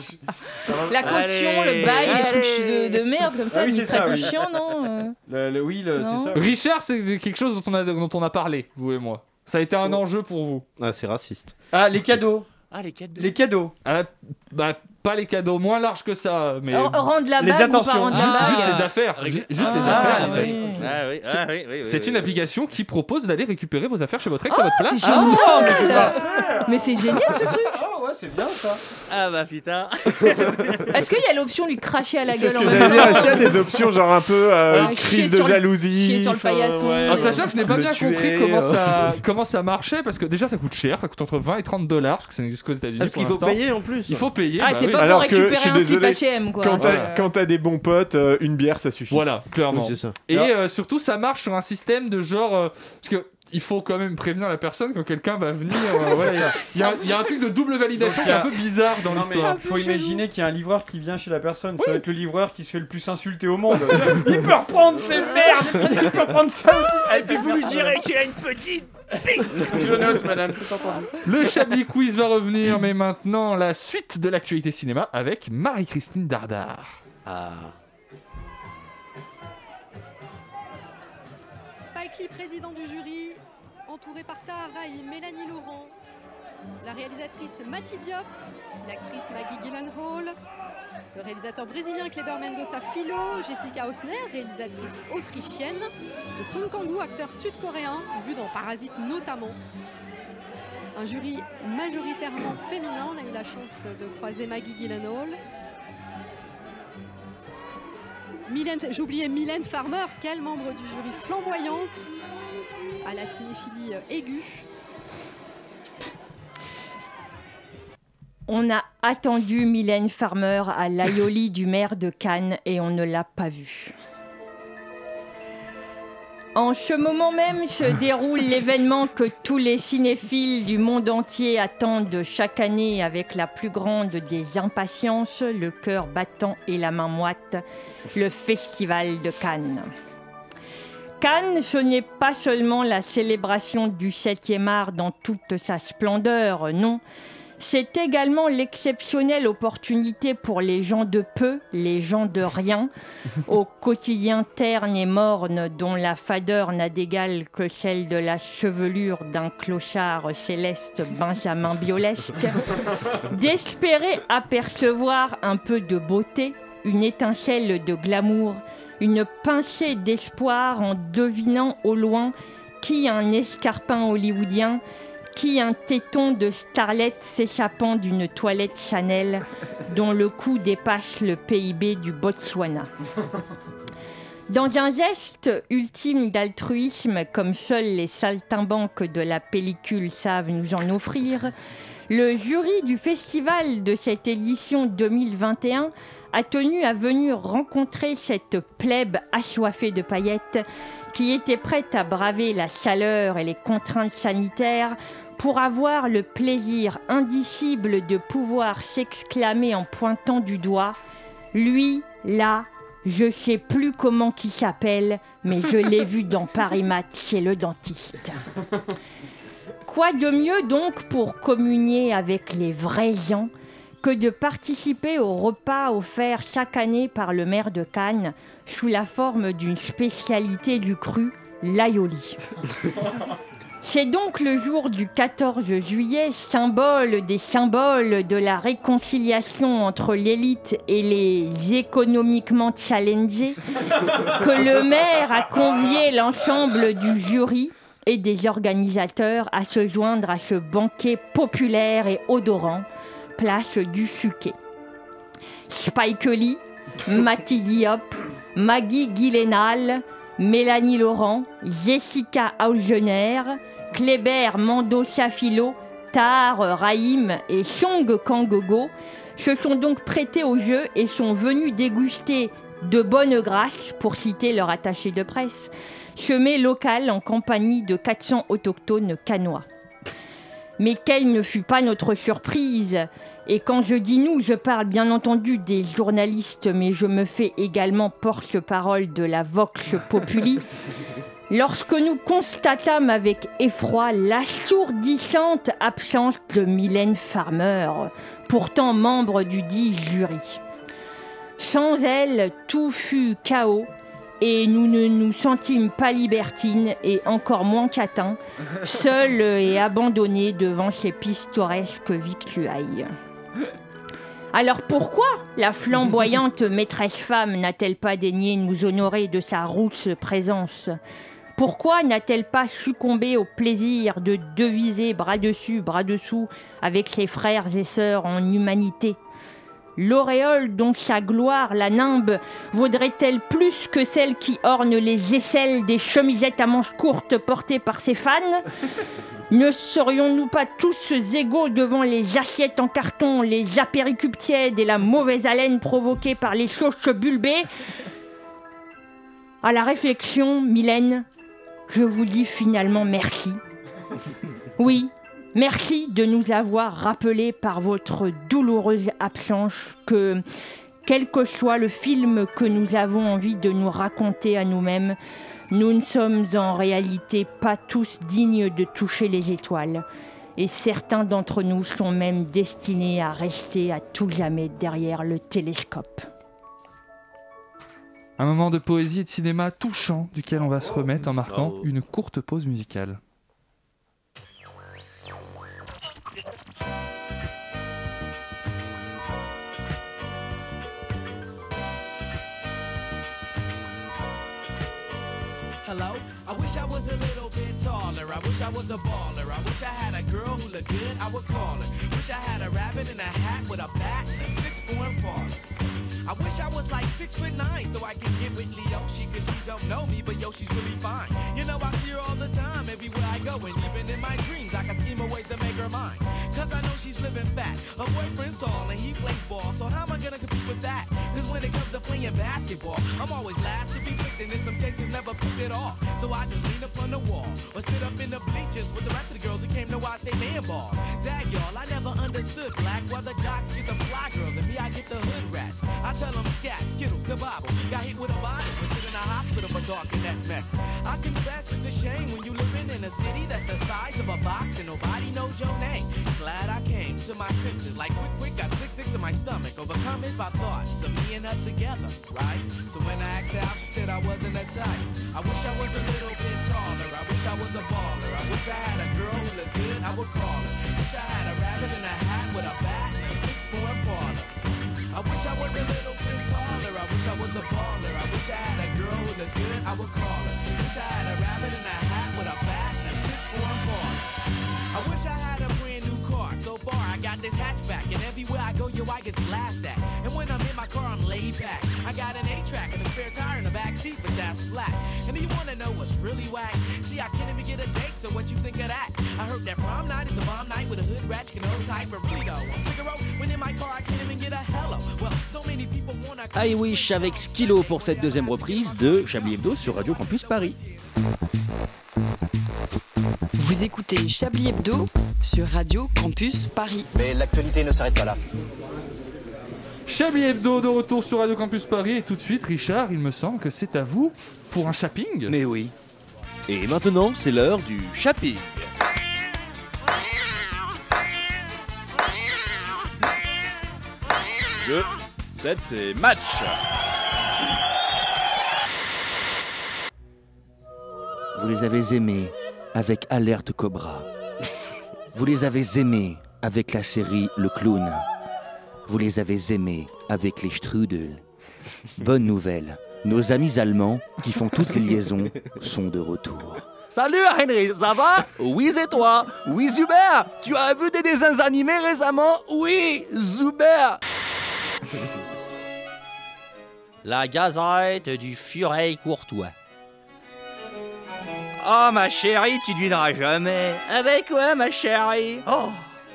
La caution, le bail, les trucs de, de merde comme ça,
Ah oui, c'est ça,
administratif
oui.
chiant, non euh.
Le- le- oui, le- c'est
Non.
ça.
Richard, c'est quelque chose dont on, a, dont on a parlé, vous et moi. Ça a été un enjeu pour vous.
Ah, c'est raciste.
Oh. Ah, les cadeaux.
Ah, les cadeaux.
Les cadeaux.
Ah, bah, pas les cadeaux, moins large que ça, mais.
Or- rendre la
les
bague ou pas
attentions.
rendre la
Ju-
bague.
juste les
Ah.
affaires. ju- Juste les
Ah,
affaires. en
oui.
fait.
Ah, oui, ah,
C'est-
oui, oui, oui,
C'est
oui,
une
oui.
application qui propose d'aller récupérer vos affaires chez votre ex à votre place.
Oh, c'est génial.
Ah, mais c'est pas-
Mais c'est génial ce truc
Ah ouais, c'est bien ça
Ah bah putain.
Est-ce qu'il y a l'option lui cracher à la
C'est
gueule
ce
en
que
même
j'allais dire.
temps
Est-ce qu'il y a des options genre un peu euh,
Ah, chier
crise de
sur le-
jalousie
chier sur le
enfin,
paillasson.
ouais.
En sachant que je n'ai pas
Le
bien
tuer,
compris comment
euh.
ça, comment ça marchait, parce que déjà ça coûte cher, ça coûte entre 20 et 30 dollars, parce que ça n'existe qu'aux États-Unis.
Ah, parce
pour
qu'il faut
l'instant.
payer, en plus.
Il faut payer.
Ah,
bah
c'est
oui.
pas pour
Alors que je
récupérer
suis
un slip
désolé,
H&M, quoi.
quand t'as-
Ouais.
quand t'as des bons potes, euh, une bière ça suffit.
Voilà, clairement.
Oui, c'est ça.
Et euh, surtout, ça marche sur un système de genre. euh, parce que. Il faut quand même prévenir la personne quand quelqu'un va venir. euh, voilà, il y a- il y, a- il y a un truc de double
Donc,
validation qui est un
il y
peu
a-
bizarre dans
Non, mais
l'histoire.
faut imaginer qu'il y a un livreur qui vient chez la personne. Ça va être le livreur qui se fait le plus insulter au monde. Il peut reprendre ses merdes Il peut reprendre ça aussi
Ah, Et puis vous lui direz qu'il a une petite bite
Je note, madame, c'est entendu.
Le Chablis Quiz va revenir, mais maintenant la suite de l'actualité cinéma avec Marie-Christine Dardard.
Spike Lee, président du jury, entouré par Tahara et Mélanie Laurent, la réalisatrice Mati Diop, l'actrice Maggie Gyllenhaal, le réalisateur brésilien Kleber Mendoza Filo, Jessica Hausner, réalisatrice autrichienne, et Song Kang-woo, acteur sud-coréen, vu dans Parasite notamment. Un jury majoritairement féminin, on a eu la chance de croiser Maggie Gyllenhaal. Mylène, j'oubliais Mylène Farmer, quel membre du jury flamboyante à la cinéphilie euh, aiguë.
On a attendu Mylène Farmer à l'aioli du maire de Cannes et on ne l'a pas vue. En ce moment même se déroule l'événement que tous les cinéphiles du monde entier attendent chaque année avec la plus grande des impatiences, le cœur battant et la main moite, le Festival de Cannes. Cannes, ce n'est pas seulement la célébration du 7e art dans toute sa splendeur, non. C'est également l'exceptionnelle opportunité pour les gens de peu, les gens de rien, au quotidien terne et morne dont la fadeur n'a d'égal que celle de la chevelure d'un clochard céleste Benjamin Biolesque, d'espérer apercevoir un peu de beauté, une étincelle de glamour, une pincée d'espoir en devinant au loin qui un escarpin hollywoodien, qui un téton de starlette s'échappant d'une toilette Chanel dont le coût dépasse le PIB du Botswana. Dans un geste ultime d'altruisme, comme seuls les saltimbanques de la pellicule savent nous en offrir, le jury du festival de cette édition 2021 a tenu à venir rencontrer cette plèbe assoiffée de paillettes qui était prête à braver la chaleur et les contraintes sanitaires pour avoir le plaisir indicible de pouvoir s'exclamer en pointant du doigt Lui, là, je sais plus comment qui s'appelle, mais je l'ai vu dans Paris Match chez le dentiste. Quoi de mieux donc pour communier avec les vrais gens que de participer au repas offert chaque année par le maire de Cannes sous la forme d'une spécialité du cru, l'aioli. C'est donc le jour du 14 juillet, symbole des symboles de la réconciliation entre l'élite et les économiquement challengés, que le maire a convié l'ensemble du jury et des organisateurs à se joindre à ce banquet populaire et odorant, place du Suquet. Spike Lee, Mati Diop, Maggie Guillénal, Mélanie Laurent, Jessica Augener, Kléber Mando Safilo, Tahar Rahim et Song Kangogo se sont donc prêtés au jeu et sont venus déguster de bonne grâce, pour citer leur attaché de presse, chemin local en compagnie de 400 autochtones canois. Mais quelle ne fut pas notre surprise Et quand je dis nous, je parle bien entendu des journalistes, mais je me fais également porte-parole de la Vox Populi. Lorsque nous constatâmes avec effroi l'assourdissante absence de Mylène Farmer, pourtant membre du dit jury. Sans elle, tout fut chaos et nous ne nous sentîmes pas libertines et encore moins catins, seuls et abandonnés devant ces pistoresques victuailles. Alors pourquoi la flamboyante maîtresse femme n'a-t-elle pas daigné nous honorer de sa rousse présence Pourquoi n'a-t-elle pas succombé au plaisir de deviser bras dessus, bras dessous avec ses frères et sœurs en humanité L'auréole dont sa gloire, la nimbe, vaudrait-elle plus que celle qui orne les aisselles des chemisettes à manches courtes portées par ses fans Ne serions-nous pas tous égaux devant les assiettes en carton, les apéricubes tièdes et la mauvaise haleine provoquée par les sauces bulbées À la réflexion, Mylène, je vous dis finalement merci. Oui, merci de nous avoir rappelé par votre douloureuse absence que, quel que soit le film que nous avons envie de nous raconter à nous-mêmes, nous ne sommes en réalité pas tous dignes de toucher les étoiles. Et certains d'entre nous sont même destinés à rester à tout jamais derrière le télescope.
Un moment de poésie et de cinéma touchant duquel on va se remettre en marquant une courte pause musicale.
Hello? I wish I was a little bit taller. I wish I was a baller. I wish I had a girl who looked good, I would call her. Wish I had a rabbit in a hat with a bat and a six form baller. I wish I was like six foot nine so I could get with Leoshi cause she don't know me, but yo, she's really fine. You know, I see her all the time, everywhere I go, and even in my dreams, I can scheme a way to make her mine. Cause I know she's living fat. Her boyfriend's tall and he plays ball, so how am I gonna compete with that? Cause when it comes to playing basketball, I'm always last to be picked, and in some cases, never picked at all. So I just lean up on the wall or sit up in the bleachers with the rest of the girls who came to watch they man ball. Dag y'all, I never understood black why the jocks get the fly girls and me I get the hood rats. I tell them scat, skittles, kabobble. Got hit with a bottle, but sit in a hospital for talking that mess. I confess it's a shame when you living in a city that's the size of a box and nobody knows your name. Glad I came to my senses, like quick quick got sick sick to my stomach, overcome it by thoughts of me and her together, right? So when I asked her out, she said I wasn't a type. I wish I was a little bit taller. I wish I was a baller. I wish I had a girl who looked good. I would call her. Wish I had a rabbit in a hat with a bat and a six form baller. I wish I was a little bit taller. I wish I was a baller. I wish I had a girl who looked good. I would call her. Wish I had a rabbit in a hat with a bat and a six form baller. I wish I had a brand new car. So far, I got this hatchback, and everywhere I go, yo, I get laughed at. And when I'm in my car, I'm laid back. I got an A-track and a spare tire in the back seat, but that's flat. And do you wanna know what's really whack? See, I can't even get a date, so what you think of that? I heard that prom night is a bomb night with a hood ratchet and old type of Rito. I'm Figaro, when in my car, I can't even get a hello. Well, so many people wanna.
I Wish avec Skilo pour cette deuxième reprise de Chablis Hebdo sur Radio Campus Paris.
Vous écoutez Chablis Hebdo sur Radio Campus Paris.
Mais l'actualité ne s'arrête pas là.
Chablis Hebdo de retour sur Radio Campus Paris et tout de suite, Richard, il me semble que c'est à vous pour un shopping.
Mais oui. Et maintenant, c'est l'heure du shopping.
Jeu, 7 et match
Vous les avez aimés avec Alerte Cobra. Vous les avez aimés avec la série Le Clown. Vous les avez aimés avec les Strudel. Bonne nouvelle, nos amis allemands qui font toutes les liaisons sont de retour.
Salut Henry, ça va Oui, c'est toi Oui, Zuber Tu as vu des dessins animés récemment Oui, Zuber
La Gazette du Furet Courtois.
Oh ma chérie, tu devineras jamais. Avec quoi ma chérie Oh,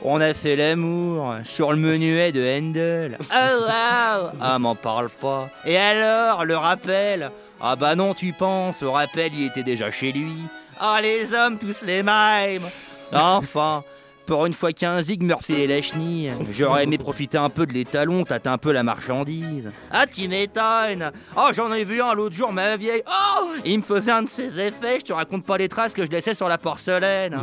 on a fait l'amour sur le menuet de Handel. Oh wow Ah m'en parle pas. Et alors, le rappel Ah bah non, tu penses, au rappel il était déjà chez lui. Ah les hommes tous les mêmes Enfin pour une fois qu'un zig me refilait la chenille, j'aurais aimé profiter un peu de l'étalon, tâter un peu la marchandise. Ah, tu m'étonnes Oh, j'en ai vu un l'autre jour, ma vieille Oh Il me faisait un de ses effets, je te raconte pas les traces que je laissais sur la porcelaine.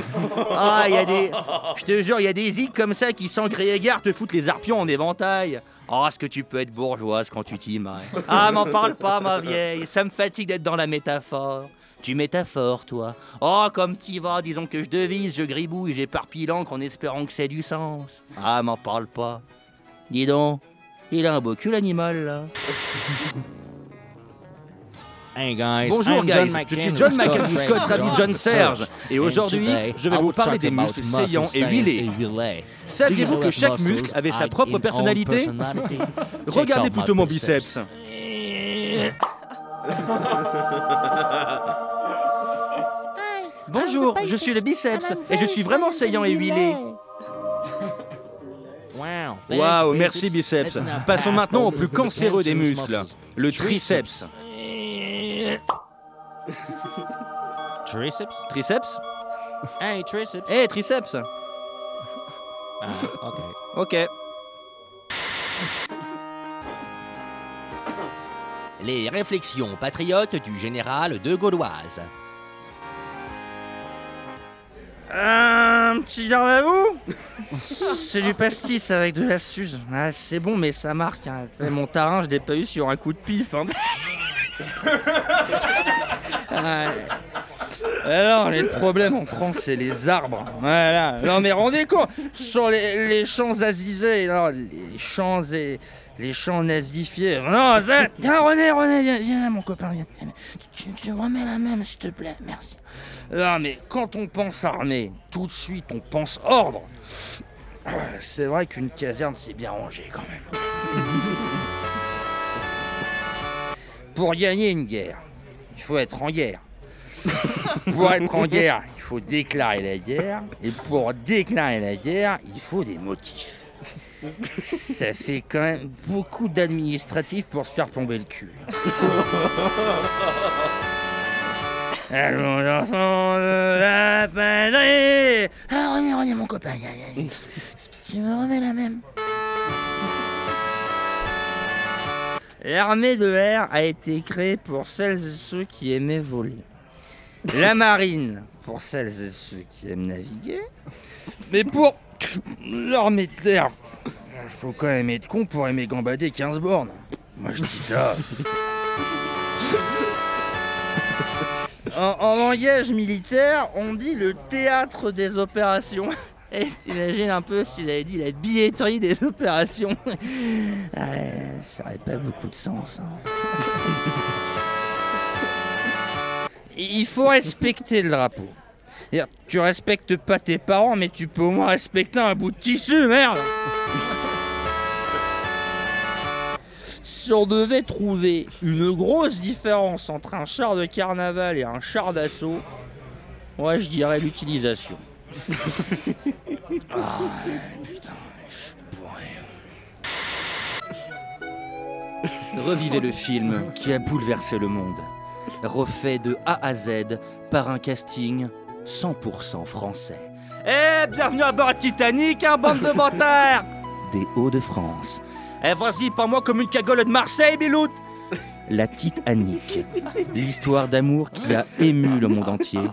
Ah, il y a des... Je te jure, il y a des zigs comme ça qui, sans crier gare, te foutent les arpions en éventail. Ah, ce que tu peux être bourgeoise quand tu t'y marres. Ah, m'en parle pas, ma vieille. Ça me fatigue d'être dans la métaphore. Tu métaphores, toi. Oh, comme t'y vas, disons que je devise, je gribouille, j'éparpille l'encre en espérant que c'est du sens. Ah, m'en parle pas. Dis donc, il a un beau cul, l'animal, là.
Hey guys,
Bonjour,
I'm
guys.
John
je suis
McCain
John
with
McCain
Scott
Scott,
Train,
ravi
John
John Serge.
Serge.
Et
And
aujourd'hui,
today,
je vais
I
vous
will
parler
talk
des
about
muscles
muscle
saillants et
science
huilés.
and relay. Do
Saviez-vous
you
que
have
chaque
muscles
muscle avait sa
hide
propre
in all
personnalité
personality? Check
Regardez
out my
plutôt mon biceps.
biceps.
Bonjour, je suis le biceps et je suis vraiment saillant et huilé. Waouh, merci biceps. Passons maintenant au plus cancéreux des muscles, le triceps.
Triceps?
Triceps
Hey, triceps.
Eh, triceps
Ah, ok.
Ok.
Les réflexions patriotes du général de Gauloise.
Un petit garde à vous C'est du pastis avec de la suze. Ah, c'est bon, mais ça marque. hein. C'est Mon tarin, je l'ai pas eu sur un coup de pif. hein. Ah, Alors, les problèmes en France, c'est les arbres. Voilà. Non, mais rendez compte Sur les, les champs azisés, non, les champs et les champs nazifiés. Non, ça... Tiens, Ah, René, René, viens, viens là, mon copain, viens. viens. Tu, tu me remets la même, s'il te plaît, merci. Non, mais quand on pense armée, tout de suite, on pense ordre. C'est vrai qu'une caserne, c'est bien rangé quand même. Pour gagner une guerre, il faut être en guerre. Pour être en guerre, il faut déclarer la guerre. Et pour déclarer la guerre, il faut des motifs. Ça fait quand même beaucoup d'administratifs pour se faire plomber le cul. Allons, enfants de la patrie Ah, René, René, mon copain, viens, viens, viens. Tu me remets la même L'armée de l'air a été créée pour celles et ceux qui aimaient voler. La marine, pour celles et ceux qui aiment naviguer. Mais pour l'armée de l'air, faut quand même être con pour aimer gambader 15 bornes. Moi je dis ça. En, en langage militaire, on dit le théâtre des opérations. Et t'imagines un peu s'il avait dit la billetterie des opérations. Ouais, ça aurait pas beaucoup de sens. hein. Il faut respecter le drapeau. C'est-à-dire, Tu respectes pas tes parents, mais tu peux au moins respecter un bout de tissu, merde Si on devait trouver une grosse différence entre un char de carnaval et un char d'assaut, moi je dirais l'utilisation. Ah, putain, je pourrais.
Revivez le film qui a bouleversé le monde.
Refait de A à Z par un casting 100% français. Eh, bienvenue à bord Titanic, hein, bande de bâtards
Des Hauts-de-France.
Eh, vas-y, pas moi comme une cagole de Marseille, Biloute
La Titanic. L'histoire d'amour qui a ému le monde entier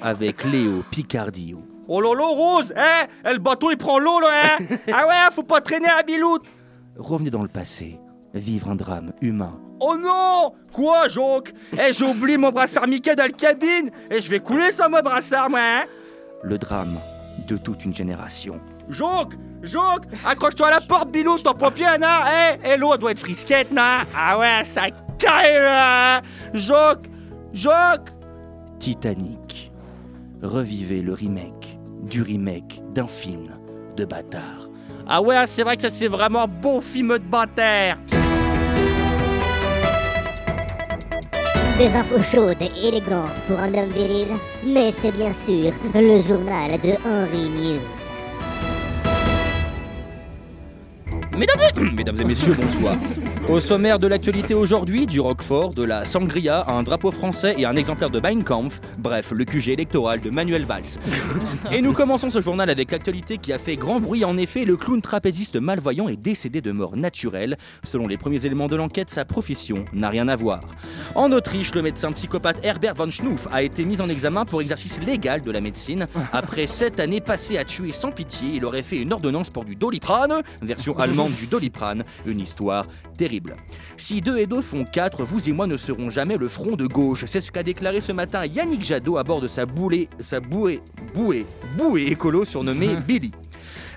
avec Léo Picardio.
Oh lolo, Rose, hein Eh, Le bateau, il prend l'eau, là, hein Ah ouais, faut pas traîner à Biloute
Revenez dans le passé, vivre un drame humain.
Oh non Quoi, Jonk Eh, j'ai oublié mon brassard Mickey dans la cabine Et je vais couler ça, mon brassard, moi, hein
Le drame de toute une génération.
Jonk Jonk Accroche-toi à la porte, Bilou, ton pompier, Anna Eh, eh, l'eau elle doit être frisquette, na Ah ouais, ça caille, là hein. Jonk Jonk
Titanic. Revivez le remake du remake d'un film de bâtard.
Ah ouais, c'est vrai que ça, c'est vraiment un bon film de bâtard
Des infos chaudes et élégantes pour un homme viril, mais c'est bien sûr le journal de Henry News.
Mesdames et, Mesdames et messieurs, bonsoir.
Au sommaire de l'actualité aujourd'hui, du Roquefort, de la Sangria, un drapeau français et un exemplaire de Mein Kampf, bref, le QG électoral de Manuel Valls. Et nous commençons ce journal avec l'actualité qui a fait grand bruit. En effet, le clown trapéziste malvoyant est décédé de mort naturelle. Selon les premiers éléments de l'enquête, sa profession n'a rien à voir. En Autriche, le médecin psychopathe Herbert von Schnuff a été mis en examen pour exercice légal de la médecine. Après sept années passées à tuer sans pitié, il aurait fait une ordonnance pour du doliprane, version allemande vendre du doliprane, une histoire terrible. Si deux et deux font quatre, vous et moi ne serons jamais le front de gauche. C'est ce qu'a déclaré ce matin Yannick Jadot à bord de sa boulée, sa bouée, bouée, bouée écolo surnommée Billy.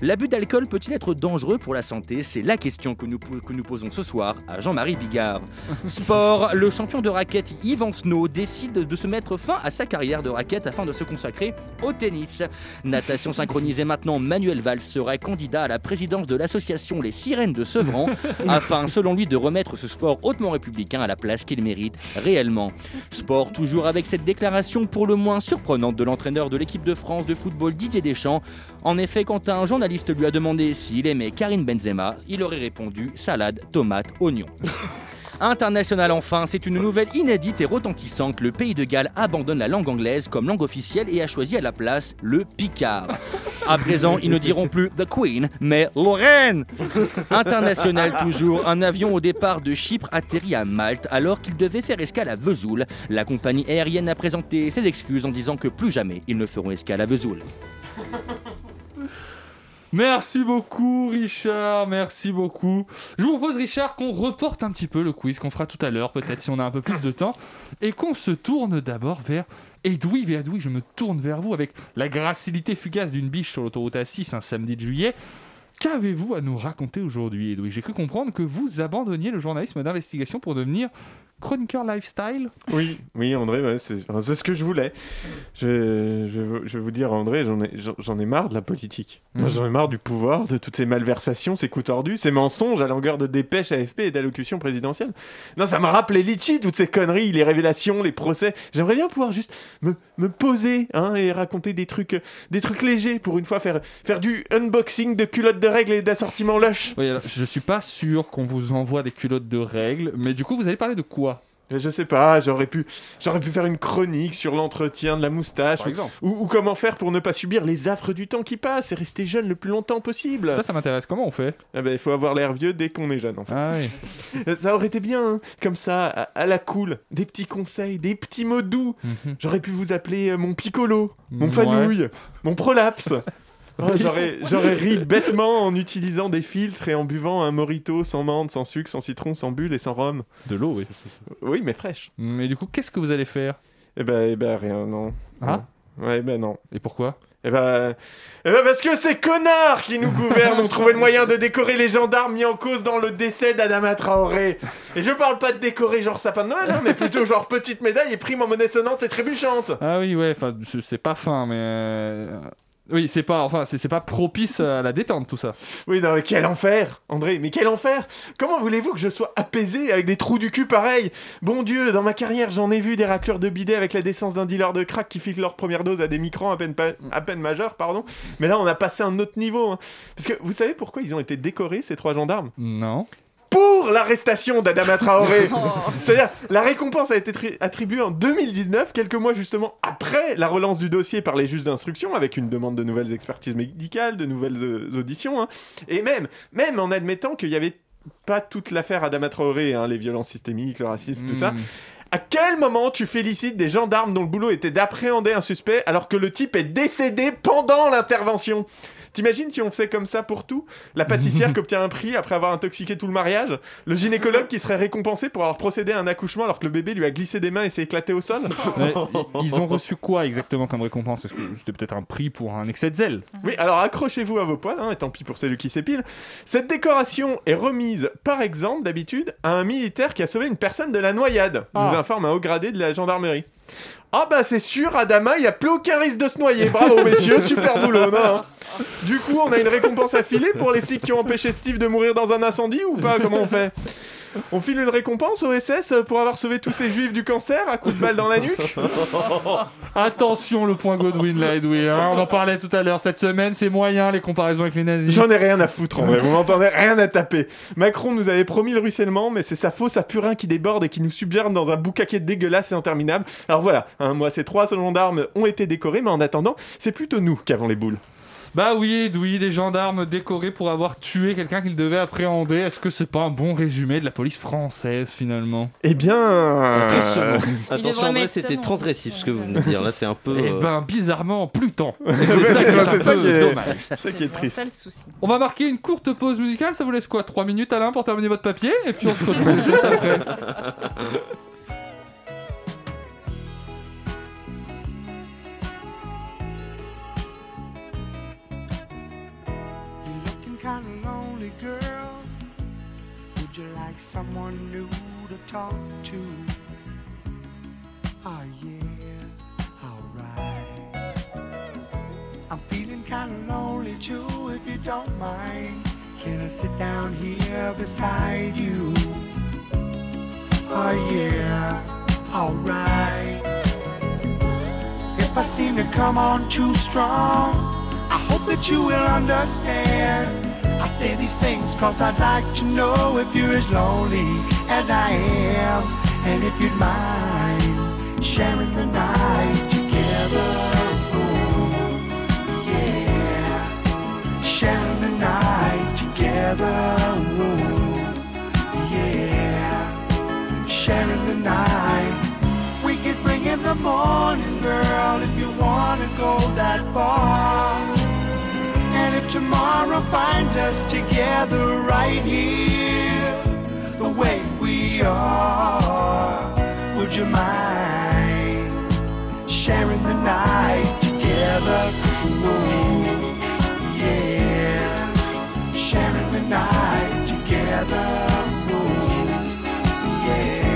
L'abus d'alcool peut-il être dangereux pour la santé C'est la question que nous, po- que nous posons ce soir à Jean-Marie Bigard. Sport, le champion de raquette Yvan Snow décide de se mettre fin à sa carrière de raquette afin de se consacrer au tennis. Natation synchronisée maintenant, Manuel Valls serait candidat à la présidence de l'association Les Sirènes de Sevran afin, selon lui, de remettre ce sport hautement républicain à la place qu'il mérite réellement. Sport toujours avec cette déclaration pour le moins surprenante de l'entraîneur de l'équipe de France de football Didier Deschamps. En effet, quand un journaliste lui a demandé s'il aimait Karim Benzema, il aurait répondu salade, tomate, oignon. International enfin, c'est une nouvelle inédite et retentissante. Le pays de Galles abandonne la langue anglaise comme langue officielle et a choisi à la place le Picard. À présent, ils ne diront plus The Queen, mais Lorraine International toujours, un avion au départ de Chypre atterrit à Malte alors qu'il devait faire escale à Vesoul. La compagnie aérienne a présenté ses excuses en disant que plus jamais ils ne feront escale à Vesoul.
Merci beaucoup, Richard. Merci beaucoup. Je vous propose, Richard, qu'on reporte un petit peu le quiz qu'on fera tout à l'heure, peut-être si on a un peu plus de temps, et qu'on se tourne d'abord vers Edoui. Vers Edoui, je me tourne vers vous avec la gracilité fugace d'une biche sur l'autoroute A6 un samedi de juillet. Qu'avez-vous à nous raconter aujourd'hui, Edoui J'ai cru comprendre que vous abandonniez le journalisme d'investigation pour devenir chroniqueur lifestyle.
Oui, oui, André, ouais, c'est enfin, c'est ce que je voulais. Je, je vais vous- je vais vous dire, André, j'en ai, j'en- j'en ai marre de la politique. Moi,
Mhm.
J'en ai marre du pouvoir, de toutes ces malversations, ces coups tordus, ces mensonges à longueur de dépêches AFP et d'allocutions présidentielles. Non, ça me rappelle les litchis, toutes ces conneries, les révélations, les procès. J'aimerais bien pouvoir juste me, me poser hein, et raconter des trucs, euh, des trucs légers pour une fois faire, faire du unboxing de culottes de règles et d'assortiments lush.
Oui, alors, je suis pas sûr qu'on vous envoie des culottes de règles, mais du coup, vous allez parler de quoi
Mais Je sais pas, j'aurais pu, j'aurais pu faire une chronique sur l'entretien de la moustache,
Par
ou-
exemple.
Ou, ou comment faire pour ne pas subir les affres du temps qui passe et rester jeune le plus longtemps possible.
Ça, ça m'intéresse. Comment on fait
Ah ben, il faut avoir l'air vieux dès qu'on est jeune, en fait.
Ah
Euh, ça aurait été bien, hein, comme ça, à, à la cool, des petits conseils, des petits mots doux. J'aurais pu vous appeler euh, mon piccolo, mon
Mhm. Ouais.
fanouille, mon prolapse. Oh, j'aurais,
Oui.
j'aurais ri bêtement en utilisant des filtres et en buvant un morito sans menthe, sans sucre, sans citron, sans bulle et sans rhum.
De l'eau, oui.
Oui, mais fraîche.
Mais du coup, qu'est-ce que vous allez faire
Eh ben, eh ben, rien, non.
Ah
Non. Ouais, eh ben non.
Et pourquoi
eh ben, eh ben parce que ces connards qui nous gouvernent ont trouvé le moyen de décorer les gendarmes mis en cause dans le décès d'Adama Traoré. Et je parle pas de décorer genre sapin de Noël, hein, mais plutôt genre petite médaille et prime en monnaie sonnante et trébuchante.
Ah oui, ouais, enfin, c'est c'est pas fin, mais. euh, Oui, c'est pas, enfin, c'est c'est pas propice à la détente, tout ça.
Oui, non, mais quel enfer, André, mais quel enfer Comment voulez-vous que je sois apaisé avec des trous du cul pareils Bon Dieu, dans ma carrière, j'en ai vu des racleurs de bidet avec la décence d'un dealer de crack qui file leur première dose à des migrants à peine, pa- à peine majeurs, pardon. Mais là, on a passé un autre niveau. hein. Parce que vous savez pourquoi ils ont été décorés, ces trois gendarmes
Non.
Pour l'arrestation d'Adama Traoré C'est-à-dire, la récompense a été tri- attribuée en 2019, quelques mois justement après la relance du dossier par les juges d'instruction, avec une demande de nouvelles expertises médicales, de nouvelles euh, auditions, hein. et même, même en admettant qu'il n'y avait pas toute l'affaire Adama Traoré, hein, les violences systémiques, le racisme, tout ça.
Mm.
À quel moment tu félicites des gendarmes dont le boulot était d'appréhender un suspect alors que le type est décédé pendant l'intervention T'imagines si on faisait comme ça pour tout La pâtissière qui obtient un prix après avoir intoxiqué tout le mariage Le gynécologue qui serait récompensé pour avoir procédé à un accouchement alors que le bébé lui a glissé des mains et s'est éclaté au sol
Mais i- ils ont reçu quoi exactement comme récompense Est-ce que c'était peut-être un prix pour un excès de zèle
Oui, alors accrochez-vous à vos poils, hein, et tant pis pour celui qui s'épile. Cette décoration est remise, par exemple, d'habitude, à un militaire qui a sauvé une personne de la noyade, nous
Ah.
informe un haut gradé de la gendarmerie. Ah bah c'est sûr, Adama, il n'y a plus aucun risque de se noyer. Bravo messieurs, super boulot. non, hein. Du coup, on a une récompense à filer pour les flics qui ont empêché Steve de mourir dans un incendie ou pas Comment on fait On file une récompense au SS pour avoir sauvé tous ces juifs du cancer à coups de balle dans la nuque
Attention, le point Godwin là, Edoui. hein, on en parlait tout à l'heure. Cette semaine, c'est moyen les comparaisons avec les nazis.
J'en ai rien à foutre en vrai, vous m'entendez Rien à taper. Macron nous avait promis le ruissellement, mais c'est sa fausse à purin qui déborde et qui nous subgerme dans un boucaquet dégueulasse et interminable. Alors voilà, hein, moi ces trois gendarmes ont été décorés, mais en attendant, c'est plutôt nous qui avons les boules.
Bah oui, Edoui, des gendarmes décorés pour avoir tué quelqu'un qu'ils devaient appréhender. Est-ce que c'est pas un bon résumé de la police française finalement
Eh bien.
Attention, en vrai, c'était transgressif ce que vous venez de dire. Là, c'est un peu.
Eh
euh,
ben, bizarrement, plus tant. Et
Ouais,
C'est ça,
c'est
qui est
vrai,
un
c'est ça
peu
qui est-
dommage.
c'est ça qui est C'est vraiment triste. ça le
souci.
On va marquer une courte pause musicale. Ça vous laisse quoi 3 minutes, Alain, pour terminer votre papier Et puis on se retrouve juste après.
Looking kinda lonely, girl. Would you like someone new to talk to? Oh yeah, alright. I'm feeling kinda lonely too, if you don't mind. Can I sit down here beside you? Oh yeah, alright. If I seem to come on too strong, I hope that you will understand. I say these things cause I'd like to know if you're as lonely as I am, and if you'd mind sharing the night together. Ooh, yeah, sharing the night together. Ooh, yeah, sharing the night. We could bring in the morning, girl, if you wanna go that far. And if tomorrow finds us together right here, the way we are, would you mind sharing the night together? Ooh, yeah, sharing the night together. Ooh, yeah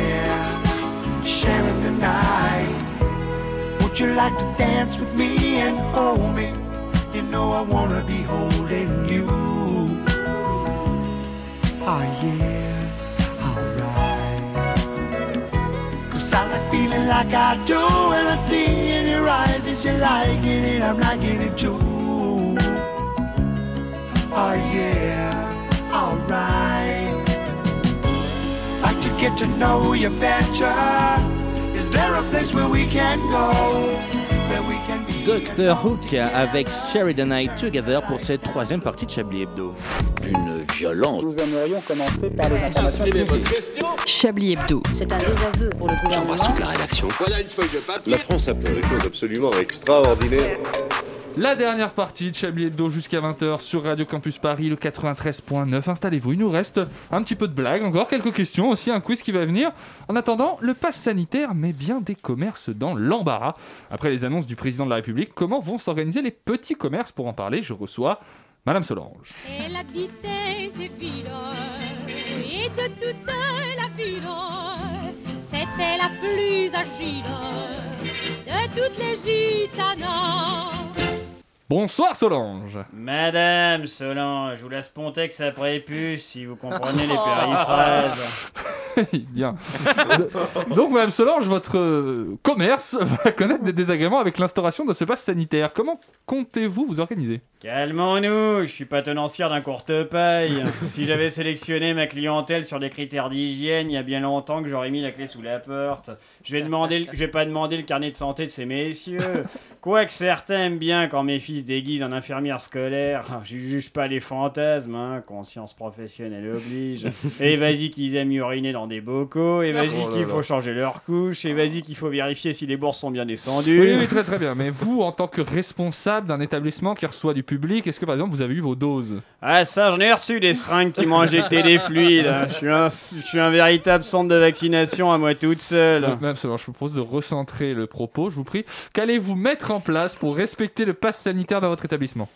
sharing the night. Would you like to dance with me and hold me? You know I wanna be holding you. Oh yeah, alright. Cause I like feeling like I do, and I see in your eyes that you're liking it, I'm liking it too. Oh yeah, alright like to get to know you better. Is there a place where we can go? Where we can be.
Doctor Hook avec Sheridan I Together pour cette troisième partie de Chablis Hebdo. Une violence.
Nous aimerions commencer par les informations
Chablis Hebdo. C'est un désaveu pour le gouvernement.
la rédaction.
Voilà une feuille de papier.
La France a fait des choses absolument extraordinaires.
La dernière partie de Chablis Hebdo jusqu'à 20h sur Radio Campus Paris, le 93.9. Installez-vous, il nous reste un petit peu de blague, encore quelques questions, aussi un quiz qui va venir. En attendant, le pass sanitaire met bien des commerces dans l'embarras. Après les annonces du président de la République, comment vont s'organiser les petits commerces Pour en parler, je reçois Madame Solange.
Elle habitait ses villes, et de toute la ville, c'était la plus agile de toutes les gitanes.
Bonsoir Solange
Madame Solange, ou la Spontex après puce, si vous comprenez les
Oh.
périphrases.
Bien. Donc, Madame Solange, votre euh, commerce va connaître des désagréments avec l'instauration de ce pass sanitaire. Comment comptez-vous vous organiser
Calmons-nous, je suis pas tenancière d'un courte paille. si j'avais sélectionné ma clientèle sur des critères d'hygiène, il y a bien longtemps que j'aurais mis la clé sous la porte. Je vais, demander le- je vais pas demander le carnet de santé de ces messieurs. Quoique certains aiment bien quand mes fils déguisent en infirmière scolaire. Je juge pas les fantasmes, hein, conscience professionnelle oblige. Et vas-y qu'ils aiment uriner dans des bocaux, et vas-y
Oh là
qu'il
là.
faut changer leur couche, et vas-y qu'il faut vérifier si les bourses sont bien descendues.
Oui, oui, très très bien. Mais vous, en tant que responsable d'un établissement qui reçoit du public, est-ce que par exemple vous avez eu vos doses
Ah ça, j'en ai reçu des seringues qui m'ont injecté des fluides. hein. Je suis, un, je suis un véritable centre de vaccination à moi toute seule.
Madame Solange, je vous propose de recentrer le propos, je vous prie. Qu'allez-vous mettre en place pour respecter le pass sanitaire dans votre établissement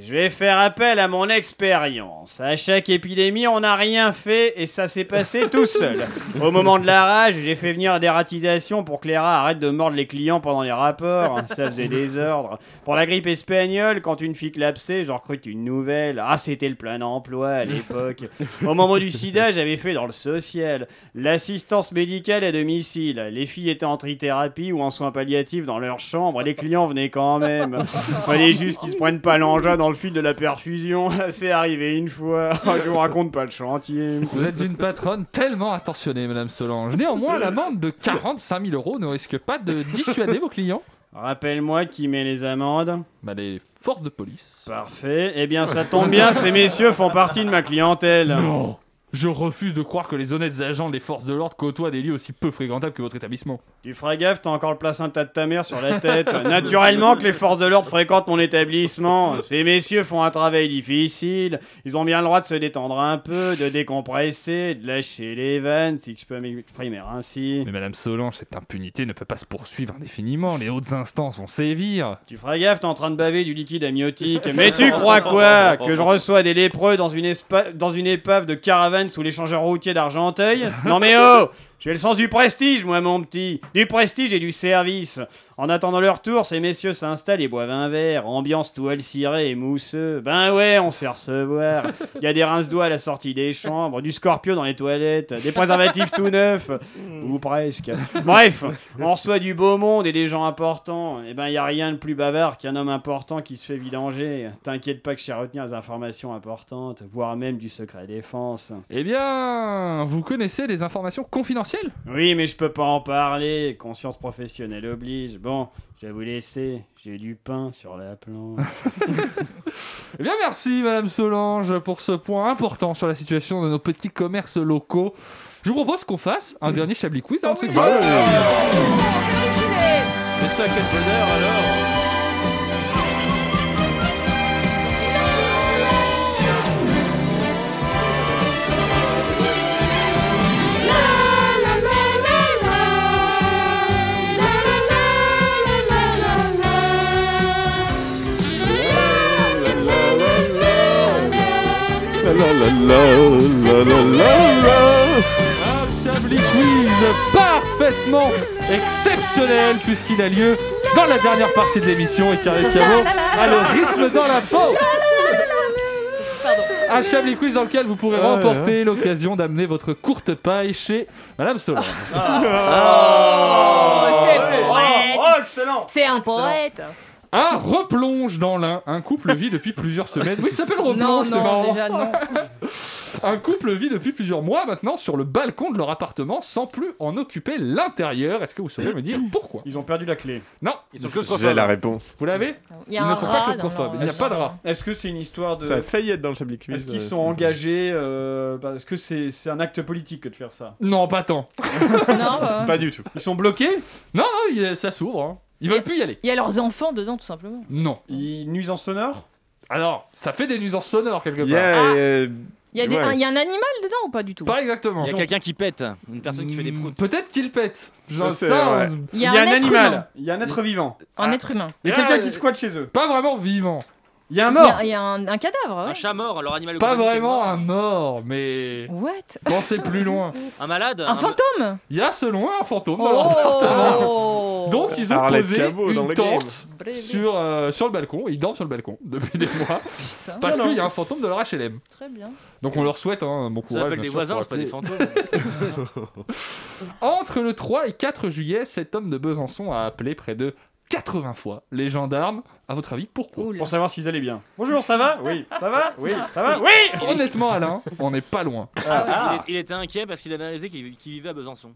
Je vais faire appel à mon expérience. À chaque épidémie, on n'a rien fait et ça s'est passé tout seul. Au moment de la rage, j'ai fait venir des ratisations pour que les rats arrêtent de mordre les clients pendant les rapports. hein. Ça faisait des ordres. Pour la grippe espagnole, quand une fille clapsait, j'en recrute une nouvelle. Ah, c'était le plein emploi à l'époque. Au moment du sida, j'avais fait dans le social. L'assistance médicale à domicile. Les filles étaient en trithérapie ou en soins palliatifs dans leur chambre. et Les clients venaient quand même. Fallait juste qu'ils se prennent pas l'engin dans le fil de la perfusion. Ah, C'est arrivé une fois. Oh, Je vous raconte pas le chantier.
Vous êtes une patronne tellement attentionnée, Madame Solange. Néanmoins, l'amende de 45 000 euros ne risque pas de dissuader vos clients
Rappelle-moi qui met les amendes.
Bah, les forces de police.
Parfait. Eh bien, ça tombe bien, ces messieurs font partie de ma clientèle.
Non Je refuse de croire que les honnêtes agents des forces de l'ordre côtoient des lieux aussi peu fréquentables que votre établissement.
Tu feras gaffe, t'as encore le placenta de ta mère sur la tête. Naturellement que les forces de l'ordre fréquentent mon établissement. Ces messieurs font un travail difficile. Ils ont bien le droit de se détendre un peu, de décompresser, de lâcher les vannes, si je peux m'exprimer ainsi.
Mais Madame Solange, cette impunité ne peut pas se poursuivre indéfiniment. Les hautes instances vont sévir.
Tu feras gaffe, t'es en train de baver du liquide amniotique. Mais tu crois quoi Que je reçois des lépreux dans une, espa- dans une épave de caravane sous l'échangeur routier d'Argenteuil Non mais oh J'ai le sens du prestige, moi, mon petit Du prestige et du service En attendant leur tour, ces messieurs s'installent et boivent un verre. Ambiance tout cirée et mousseux. Ben ouais, on sait recevoir. Il y a des rince-doigts à la sortie des chambres, du scorpion dans les toilettes, des préservatifs tout neufs.
Mm.
Ou presque. Bref, on reçoit du beau monde et des gens importants. Et ben, il y a rien de plus bavard qu'un homme important qui se fait vidanger. T'inquiète pas que je sais retenir les informations importantes, voire même du secret défense.
Eh bien, vous connaissez les informations confidentielles
Oui, mais je peux pas en parler. Conscience professionnelle oblige. Bon, je vais vous laisser. J'ai du pain sur la planche.
Eh bien, merci Madame Solange pour ce point important sur la situation de nos petits commerces locaux. Je vous propose qu'on fasse un dernier Chablis Quiz
Ah
avant de se quitter.
Mais ça, quel bonheur alors
La la la la la la la la.
Un Chablis Quiz parfaitement exceptionnel puisqu'il a lieu dans la dernière partie de l'émission et Carré Cabot a le rythme dans la peau. Un Chablis Quiz dans lequel vous pourrez remporter l'occasion d'amener votre courte paille chez Madame Solange. Ah.
c'est
Oh,
poète.
oh, excellent
C'est un poète.
Un replonge dans l'un. Un couple vit depuis plusieurs semaines. Oui, ça s'appelle
Non,
replonge, c'est
non,
marrant.
déjà non.
Un couple vit depuis plusieurs mois maintenant sur le balcon de leur appartement sans plus en occuper l'intérieur. Est-ce que vous saurez me dire pourquoi
Ils ont perdu la clé.
Non,
Ils
sont claustrophobes. J'ai la réponse.
Vous l'avez
Il y a
Ils
un
ne sont
rat
pas claustrophobes.
dans leur-
Il n'y a pas de rat.
Est-ce que c'est une histoire de.
Ça a failli être dans le Chablis Quiz.
Est-ce qu'ils
euh,
sont engagés euh, bah, Est-ce que c'est c'est un acte politique que de faire ça
Non, pas tant.
euh.
Pas du tout.
Ils sont bloqués
Non, non, il- ça s'ouvre. hein. Ils veulent plus y aller.
Il y a leurs enfants dedans, tout simplement.
Non.
Nuisance sonore
Alors, ça fait des nuisances sonores quelque part.
Yeah, euh,
Ah. Il y, a des- un, il y a un animal dedans ou pas du tout
Pas exactement. Hmm,
Il y a quelqu'un qui pète, une personne qui fait des proutes.
Peut-être qu'il pète. Genre,
C'est
ça,
vrai.
on-
Il y a Il y a un un être animal. humain.
Il y a un être vivant.
Ah.
Un être humain.
Il y a quelqu'un qui squatte chez eux.
Pas vraiment vivant.
Il y a un
Il y a-
mort.
Il y a un, un cadavre. ouais.
Un chat mort, alors animal
Pas
au commun,
vraiment un mort, mais.
What
Pensez plus loin.
Un malade
Un fantôme
Il y a selon eux un fantôme dans leur appartement.
Oh
Donc ils ont
Arlette
posé
Cabot dans
une
le game.
tente sur, euh, sur le balcon. Ils dorment sur le balcon depuis des mois parce
Alors.
qu'il y a un fantôme de leur HLM.
Très bien.
Donc on leur souhaite hein, bon
Ça
courage.
s'appelle
bien
des
sûr,
voisins,
pour
c'est pas des
appeler.
fantômes.
Entre le 3 et 4 juillet, cet homme de Besançon a appelé près de 80 fois les gendarmes. À votre avis, pourquoi
Pour savoir s'ils allaient bien. Bonjour, ça va Oui. Ça va Oui. Ça
Hein
va Oui Ah
Honnêtement, Alain, on n'est pas loin.
Il,
Ah.
est- il était inquiet parce qu'il avait réalisé qu'il qu'il vivait à Besançon.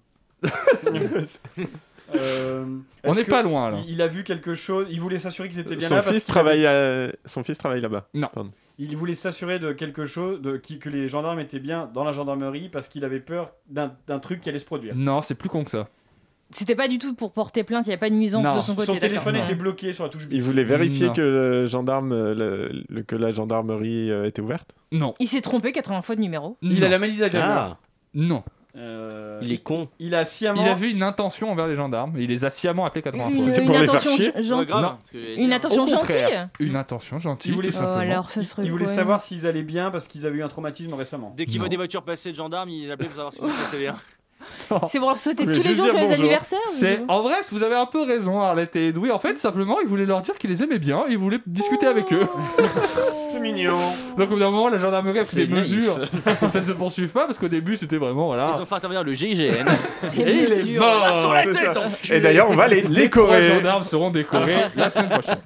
Euh,
On
est-ce
n'est
que
pas loin, là.
il- Il a vu quelque chose. Il voulait s'assurer qu'ils étaient bien
Son
là. parce
fils
qu'il
travaille à- son fils travaille là-bas.
Non.
Pardon.
Il voulait s'assurer de quelque chose, de, qui- que les gendarmes étaient bien dans la gendarmerie parce qu'il avait peur d'un d'un truc qui allait se produire.
Non, c'est plus con que ça.
euh,
C'était pas du tout pour porter plainte, il n'y a pas de nuisance
Non.
de son côté.
Son téléphone
d'accord.
était bloqué sur la touche.
Il voulait vérifier
Non.
que le gendarme, euh, le- le- que la gendarmerie euh, était ouverte.
Non.
Il s'est trompé 80 fois de numéro.
Il a la malice d'Alzheimer.
Ah.
Non.
Euh,
est con.
Il a sciemment.
Il avait une intention envers les gendarmes. Il les a sciemment appelés 80
Une-
fois.
C'était pour une les faire intention chier gen- gentille.
Non.
Non, parce que j'allais Une dire- intention
Au contraire,
gentille
Une intention gentille.
Il voulait,
tout simplement.
Oh,
il voulait
quoi, hein
savoir s'ils allaient bien parce qu'ils avaient eu un traumatisme récemment.
Dès qu'il voit des voitures passer de gendarmes, il appelait pour savoir si tout se passait bien.
C'est pour leur sauter
Mais
tous les
juste
jours
dire
sur les
bonjour.
anniversaires ou-
C'est en vrai, vous avez un peu raison, Arlette et Edoui. En fait, simplement, il voulait leur dire qu'il les aimait bien. et Il voulait discuter avec eux.
Oh.
C'est mignon.
Donc au bout d'un moment, la gendarmerie a pris
C'est
des
naïf.
mesures pour que ça ne se poursuive pas parce qu'au début, c'était vraiment voilà.
Ils ont fait intervenir le GIGN.
Et il est mort
Ah, sur la
C'est
tête,
ça.
enculé
Les trois gendarmes seront décorés la semaine prochaine.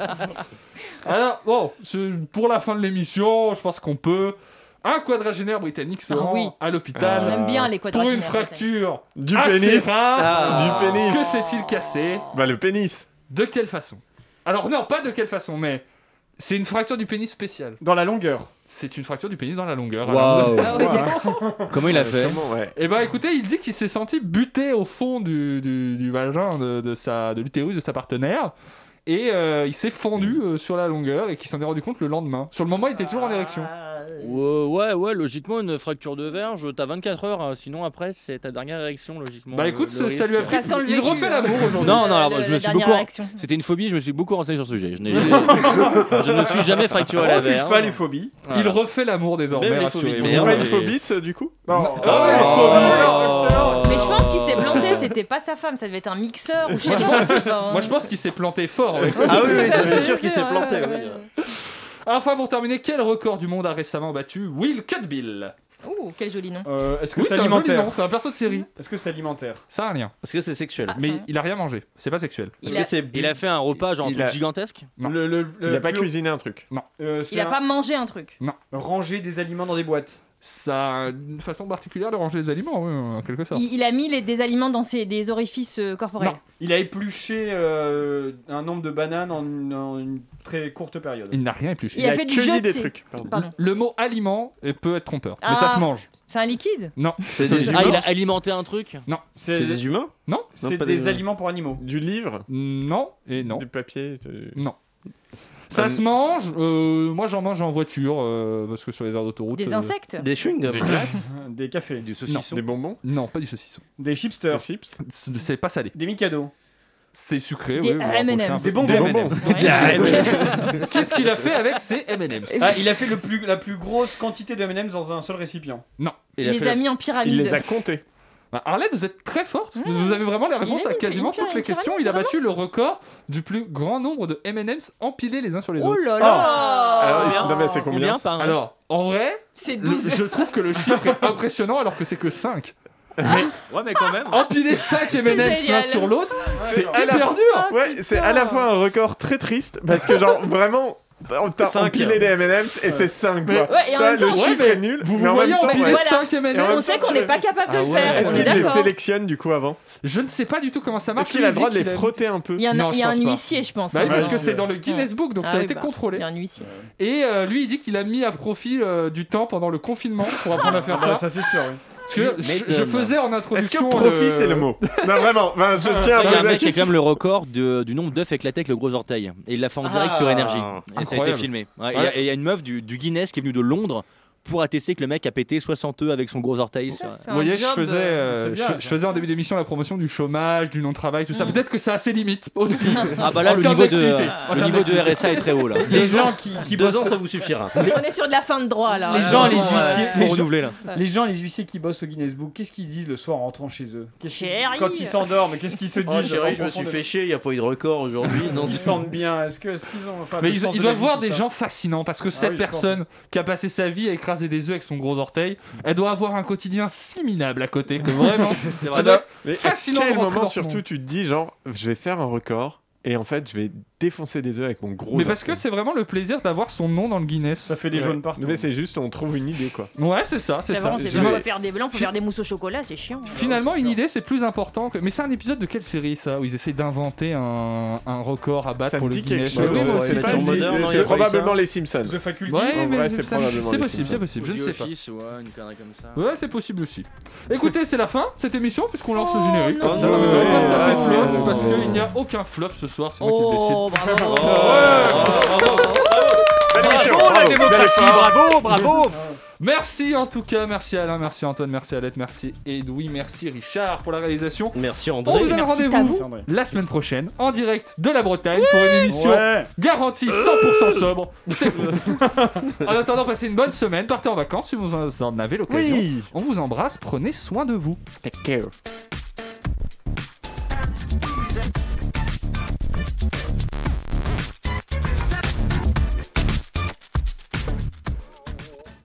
Alors, bon, c'est- pour la fin de l'émission, je pense qu'on peut. Un quadragénaire britannique se
Ah
rend
oui.
à l'hôpital.
On aime bien les
Pour
quadragénaires
une fracture
Du
assez
pénis.
rare.
Ah. Du pénis.
Que s'est-il cassé
Bah le pénis.
De quelle façon Alors, non, pas de quelle façon, mais C'est une fracture du pénis spéciale.
Dans la longueur.
C'est une fracture du pénis dans la longueur.
Waouh.
alors.
Ah ouais, Comment il a fait
Eh ben écoutez, il dit qu'il s'est senti buté au fond du, du, du vagin de, de sa, de l'utérus de sa partenaire. Et euh, il s'est fendu euh, sur la longueur et qu'il s'en est rendu compte le lendemain. Sur le moment, il était toujours en
Ah.
érection.
Ouais, Euh, ouais, ouais, logiquement, une fracture de verge, t'as 24 heures, hein, sinon après, c'est ta dernière érection, logiquement.
Bah
le-
écoute,
le
ça lui a
risque.
pris- Ça sent le il vécu, refait hein. l'amour aujourd'hui.
Non, non, alors,
Le- la
je me suis
dernière
beaucoup.
érection.
C'était une phobie, je me suis beaucoup renseigné sur le sujet. Je, n'ai- je ne suis jamais fracturé à la
On touche
verge.
pas les phobies. Il refait l'amour désormais,
Même les
rassurez-vous.
phobies. Merde.
pas une phobie, ça, du coup
Oh,
Non.
Ah,
Mais je pense qu'il s'est planté, c'était pas sa femme, ça devait être un mixeur ou je sais pas. c'est pas un-
Moi, je pense qu'il s'est planté fort. avec-
Ah oui, oui, ça,
c'est
c'est sûr qu'il
sûr,
s'est
ouais,
planté.
ouais,
ouais.
Enfin, pour terminer, quel record du monde a récemment battu Will Cutbill
Ouh, quel joli nom.
Euh,
Euh,
Est-ce que
Oui,
c'est
c'est un joli
alimentaire
nom, c'est un perso de série.
Est-ce que c'est alimentaire
Ça a rien.
Parce que c'est sexuel.
Mais il a rien mangé. C'est pas sexuel.
Est-ce Ah, Il que a- c'est-
Il a fait un repas, genre un
Il
truc
a-
gigantesque
Non.
Le- le- le-
Il a pas
plus-
cuisiné un truc.
Non.
Euh, c'est
Il a
un-
pas mangé un truc.
Non.
Ranger des aliments dans des boîtes.
Ça a une façon particulière de ranger les aliments, oui, en quelque sorte.
Il, il a mis les- des aliments dans ses des orifices euh, corporels.
Il a épluché euh, un nombre de bananes en une, en une très courte période.
Il n'a rien épluché.
Il a Il a fait du cueilli jeté. des trucs,
pardon.
Pardon.
Le mot aliment euh, peut être trompeur,
Ah.
mais ça se mange.
C'est un liquide
Non.
C'est
Ça
des
se
humains
mange.
il a
alimenté un truc
Non.
C'est C'est des des- humains
Non.
C'est Non, pas des des- aliments pour animaux.
Du livre
Non et non.
Du papier
Non. Ça se mange. euh, moi, j'en mange en voiture euh, parce que sur les aires d'autoroute.
Des
euh,
insectes Des chewing-gums. Des glaces Des cafés Du
saucisson. Des
bonbons
Non, pas du saucisson.
Des chipsters.
C'est c'est pas salé.
Des Mikado.
C'est sucré.
Des
oui, vous rapprochez un
M&M's.
peu.
Des bonbons.
Des M&M's.
Ouais.
Des
Ouais.
M&M's. Qu'est-ce qu'il a fait avec ces M&M's
Ah, il a fait le plus, la plus grosse quantité de M&M's dans un seul récipient.
Non.
Il les a mis en pyramide.
comptés.
Bah, Arlette, vous êtes très forte. Vous avez vraiment la
Il
réponse
a
à
une-
quasiment
une pyra-
toutes les
une pyramide,
questions. Il a battu le record du plus grand nombre de M&M's empilés les uns sur les
Oh
autres.
là là
Ah oui, c'est- non, mais c'est combien Combien par an
Alors, en vrai,
C'est
le-
12.
je trouve que le chiffre est impressionnant alors que c'est que 5.
Ouais, mais quand même.
Empiler 5
C'est
M&M's l'un
génial.
sur l'autre, c'est
C'est à la
hyper
fois-
dur.
Ah,
Ouais, c'est à la fois un record très triste parce que genre vraiment t'as
Cinq,
empilé
hein.
des M&M's et c'est 5 quoi.
Ouais, et en
T'as,
même temps-
le
Ouais,
chiffre
mais
est nul.
vous
mais en
vous
même
voyez
temps,
empiler
ouais.
cinq
Et en
M&M's.
même
On sait
temps,
qu'on
tu-
n'est pas capable de
Ah
le
ouais.
faire.
Est-ce
on est
qu'il les
d'accord.
sélectionne du coup avant
Je ne sais pas du tout comment ça marche.
Est-ce qu'il a
Lui,
le droit
dit
de les
qu'il a-
frotter un peu
Il y a un,
Non,
il
je
y a
pense
un
pas.
huissier, je pense.
Bah oui,
hein,
parce
dans
que
le-
c'est dans le Guinness Book, donc
Ah
ça a
oui,
été
bah,
contrôlé.
Il y a un huissier.
Et euh, lui, il dit qu'il a mis à profit euh, du temps pendant le confinement pour apprendre à faire
Ah bah, ça,
ça.
c'est sûr, oui.
Parce que je, je faisais en introduction. euh,
Est-ce que profit, c'est le mot Non, vraiment, ben, je tiens à
Ah, Il y a un
poser la
mec qui a quand
question.
même le record de- du nombre d'œufs éclatés avec le gros orteil. Et il l'a fait en direct
Ah.
sur Énergie. Et ça a été
Incroyable.
filmé. Ouais, et
Ouais.
il y a- Et il y a une meuf du, du Guinness qui est venue de Londres pour attester que le mec a pété 60 œufs avec son gros orteil. sur-
Vous voyez, je faisais, euh,
C'est bien,
je-
ça. Mm.
je faisais en début d'émission la promotion du chômage, du non-travail, tout ça. Peut-être que ça a ses limites aussi.
Ah bah là,
En
le
termes
niveau de-
d'activité.
le
En termes
niveau de
d'activité.
RSA est très haut, là.
Les
Deux
gens
ans.
qui.
qui
Deux
bossent-
ans, ça vous suffira.
On est sur de la fin de droit là.
Les
Ouais,
gens,
ouais,
les
Ah,
ouais.
huissiers,
Faut
les gens-
renouveler, là.
Les gens, les huissiers qui bossent au Guinness Book, qu'est-ce qu'ils disent le soir en rentrant chez eux Qu'est-ce qu'ils-
Chérie.
Quand ils s'endorment, qu'est-ce qu'ils se disent
Oh, chérie, je me
au
suis
fond de-
fait chier, il n'y a pas eu de record aujourd'hui. Non,
Ils
tu-
sentent bien. Est-ce que- est-ce qu'ils ont. enfin,
Mais
le
ils,
sens
ils
de la
doivent
vie,
voir
tout
des
ça.
gens fascinants parce que
Ah
cette
oui, je pense.
personne qui a passé sa vie à écraser des œufs avec son gros orteil,
Mm.
elle doit avoir un quotidien si minable à côté que vraiment.
C'est
ça
vrai.
doit être
Mais à
fascinant de
quel
rentrer
moment
dans ce monde.
surtout tu te dis genre je vais faire un record et en fait je vais défoncer des œufs avec mon gros
Mais parce que c'est vraiment le plaisir d'avoir son nom dans le Guinness. Ça
fait
Ouais. Mais c'est juste on trouve une idée quoi.
Ouais, c'est ça, c'est
C'est
ça.
vraiment, c'est
Je-
bien, on va faire des blancs, faut faire des mousses au chocolat, c'est chiant.
Finalement, une idée, c'est plus important que. Mais c'est un épisode de quelle série ça Où ils essayent d'inventer un, un record à battre
Ça me
pour le
dit quelque
Guinness
chose.
Ouais,
Ouais,
ouais,
c'est
c'est
pas
pas
les-
moderne,
c'est
non, il y a pas eu
probablement
ça.
les Simpsons. The Faculty.
Ouais,
En
mais
vrai,
ça-
c'est
c'est
probablement les
possible, c'est
Simpsons.
possible. Je
Ou
ne
The
sais pas.
Office,
ouais, une connerie comme ça.
Ouais, c'est possible aussi. Écoutez, c'est la fin de cette émission puisqu'on lance le générique.
Oh, non.
Comme ça, vous allez
Ouais,
pas taper
ouais,
flop,
ouais.
parce qu'il n'y a aucun flop ce soir. C'est
Oh,
moi qui le décide.
bravo.
Bravo, la démocratie, bravo,
bravo
Merci en tout cas, merci Alain, merci Antoine, merci Alette, merci Edoui, merci Richard pour la réalisation.
Merci
On vous donne
Merci à vous.
rendez-vous la semaine prochaine en direct de la Bretagne pour une émission
Ouais.
garantie 100% sobre. C'est fou. en attendant, passez une bonne semaine, partez en vacances si vous en avez l'occasion.
Oui.
On vous embrasse, prenez soin de vous. Take care.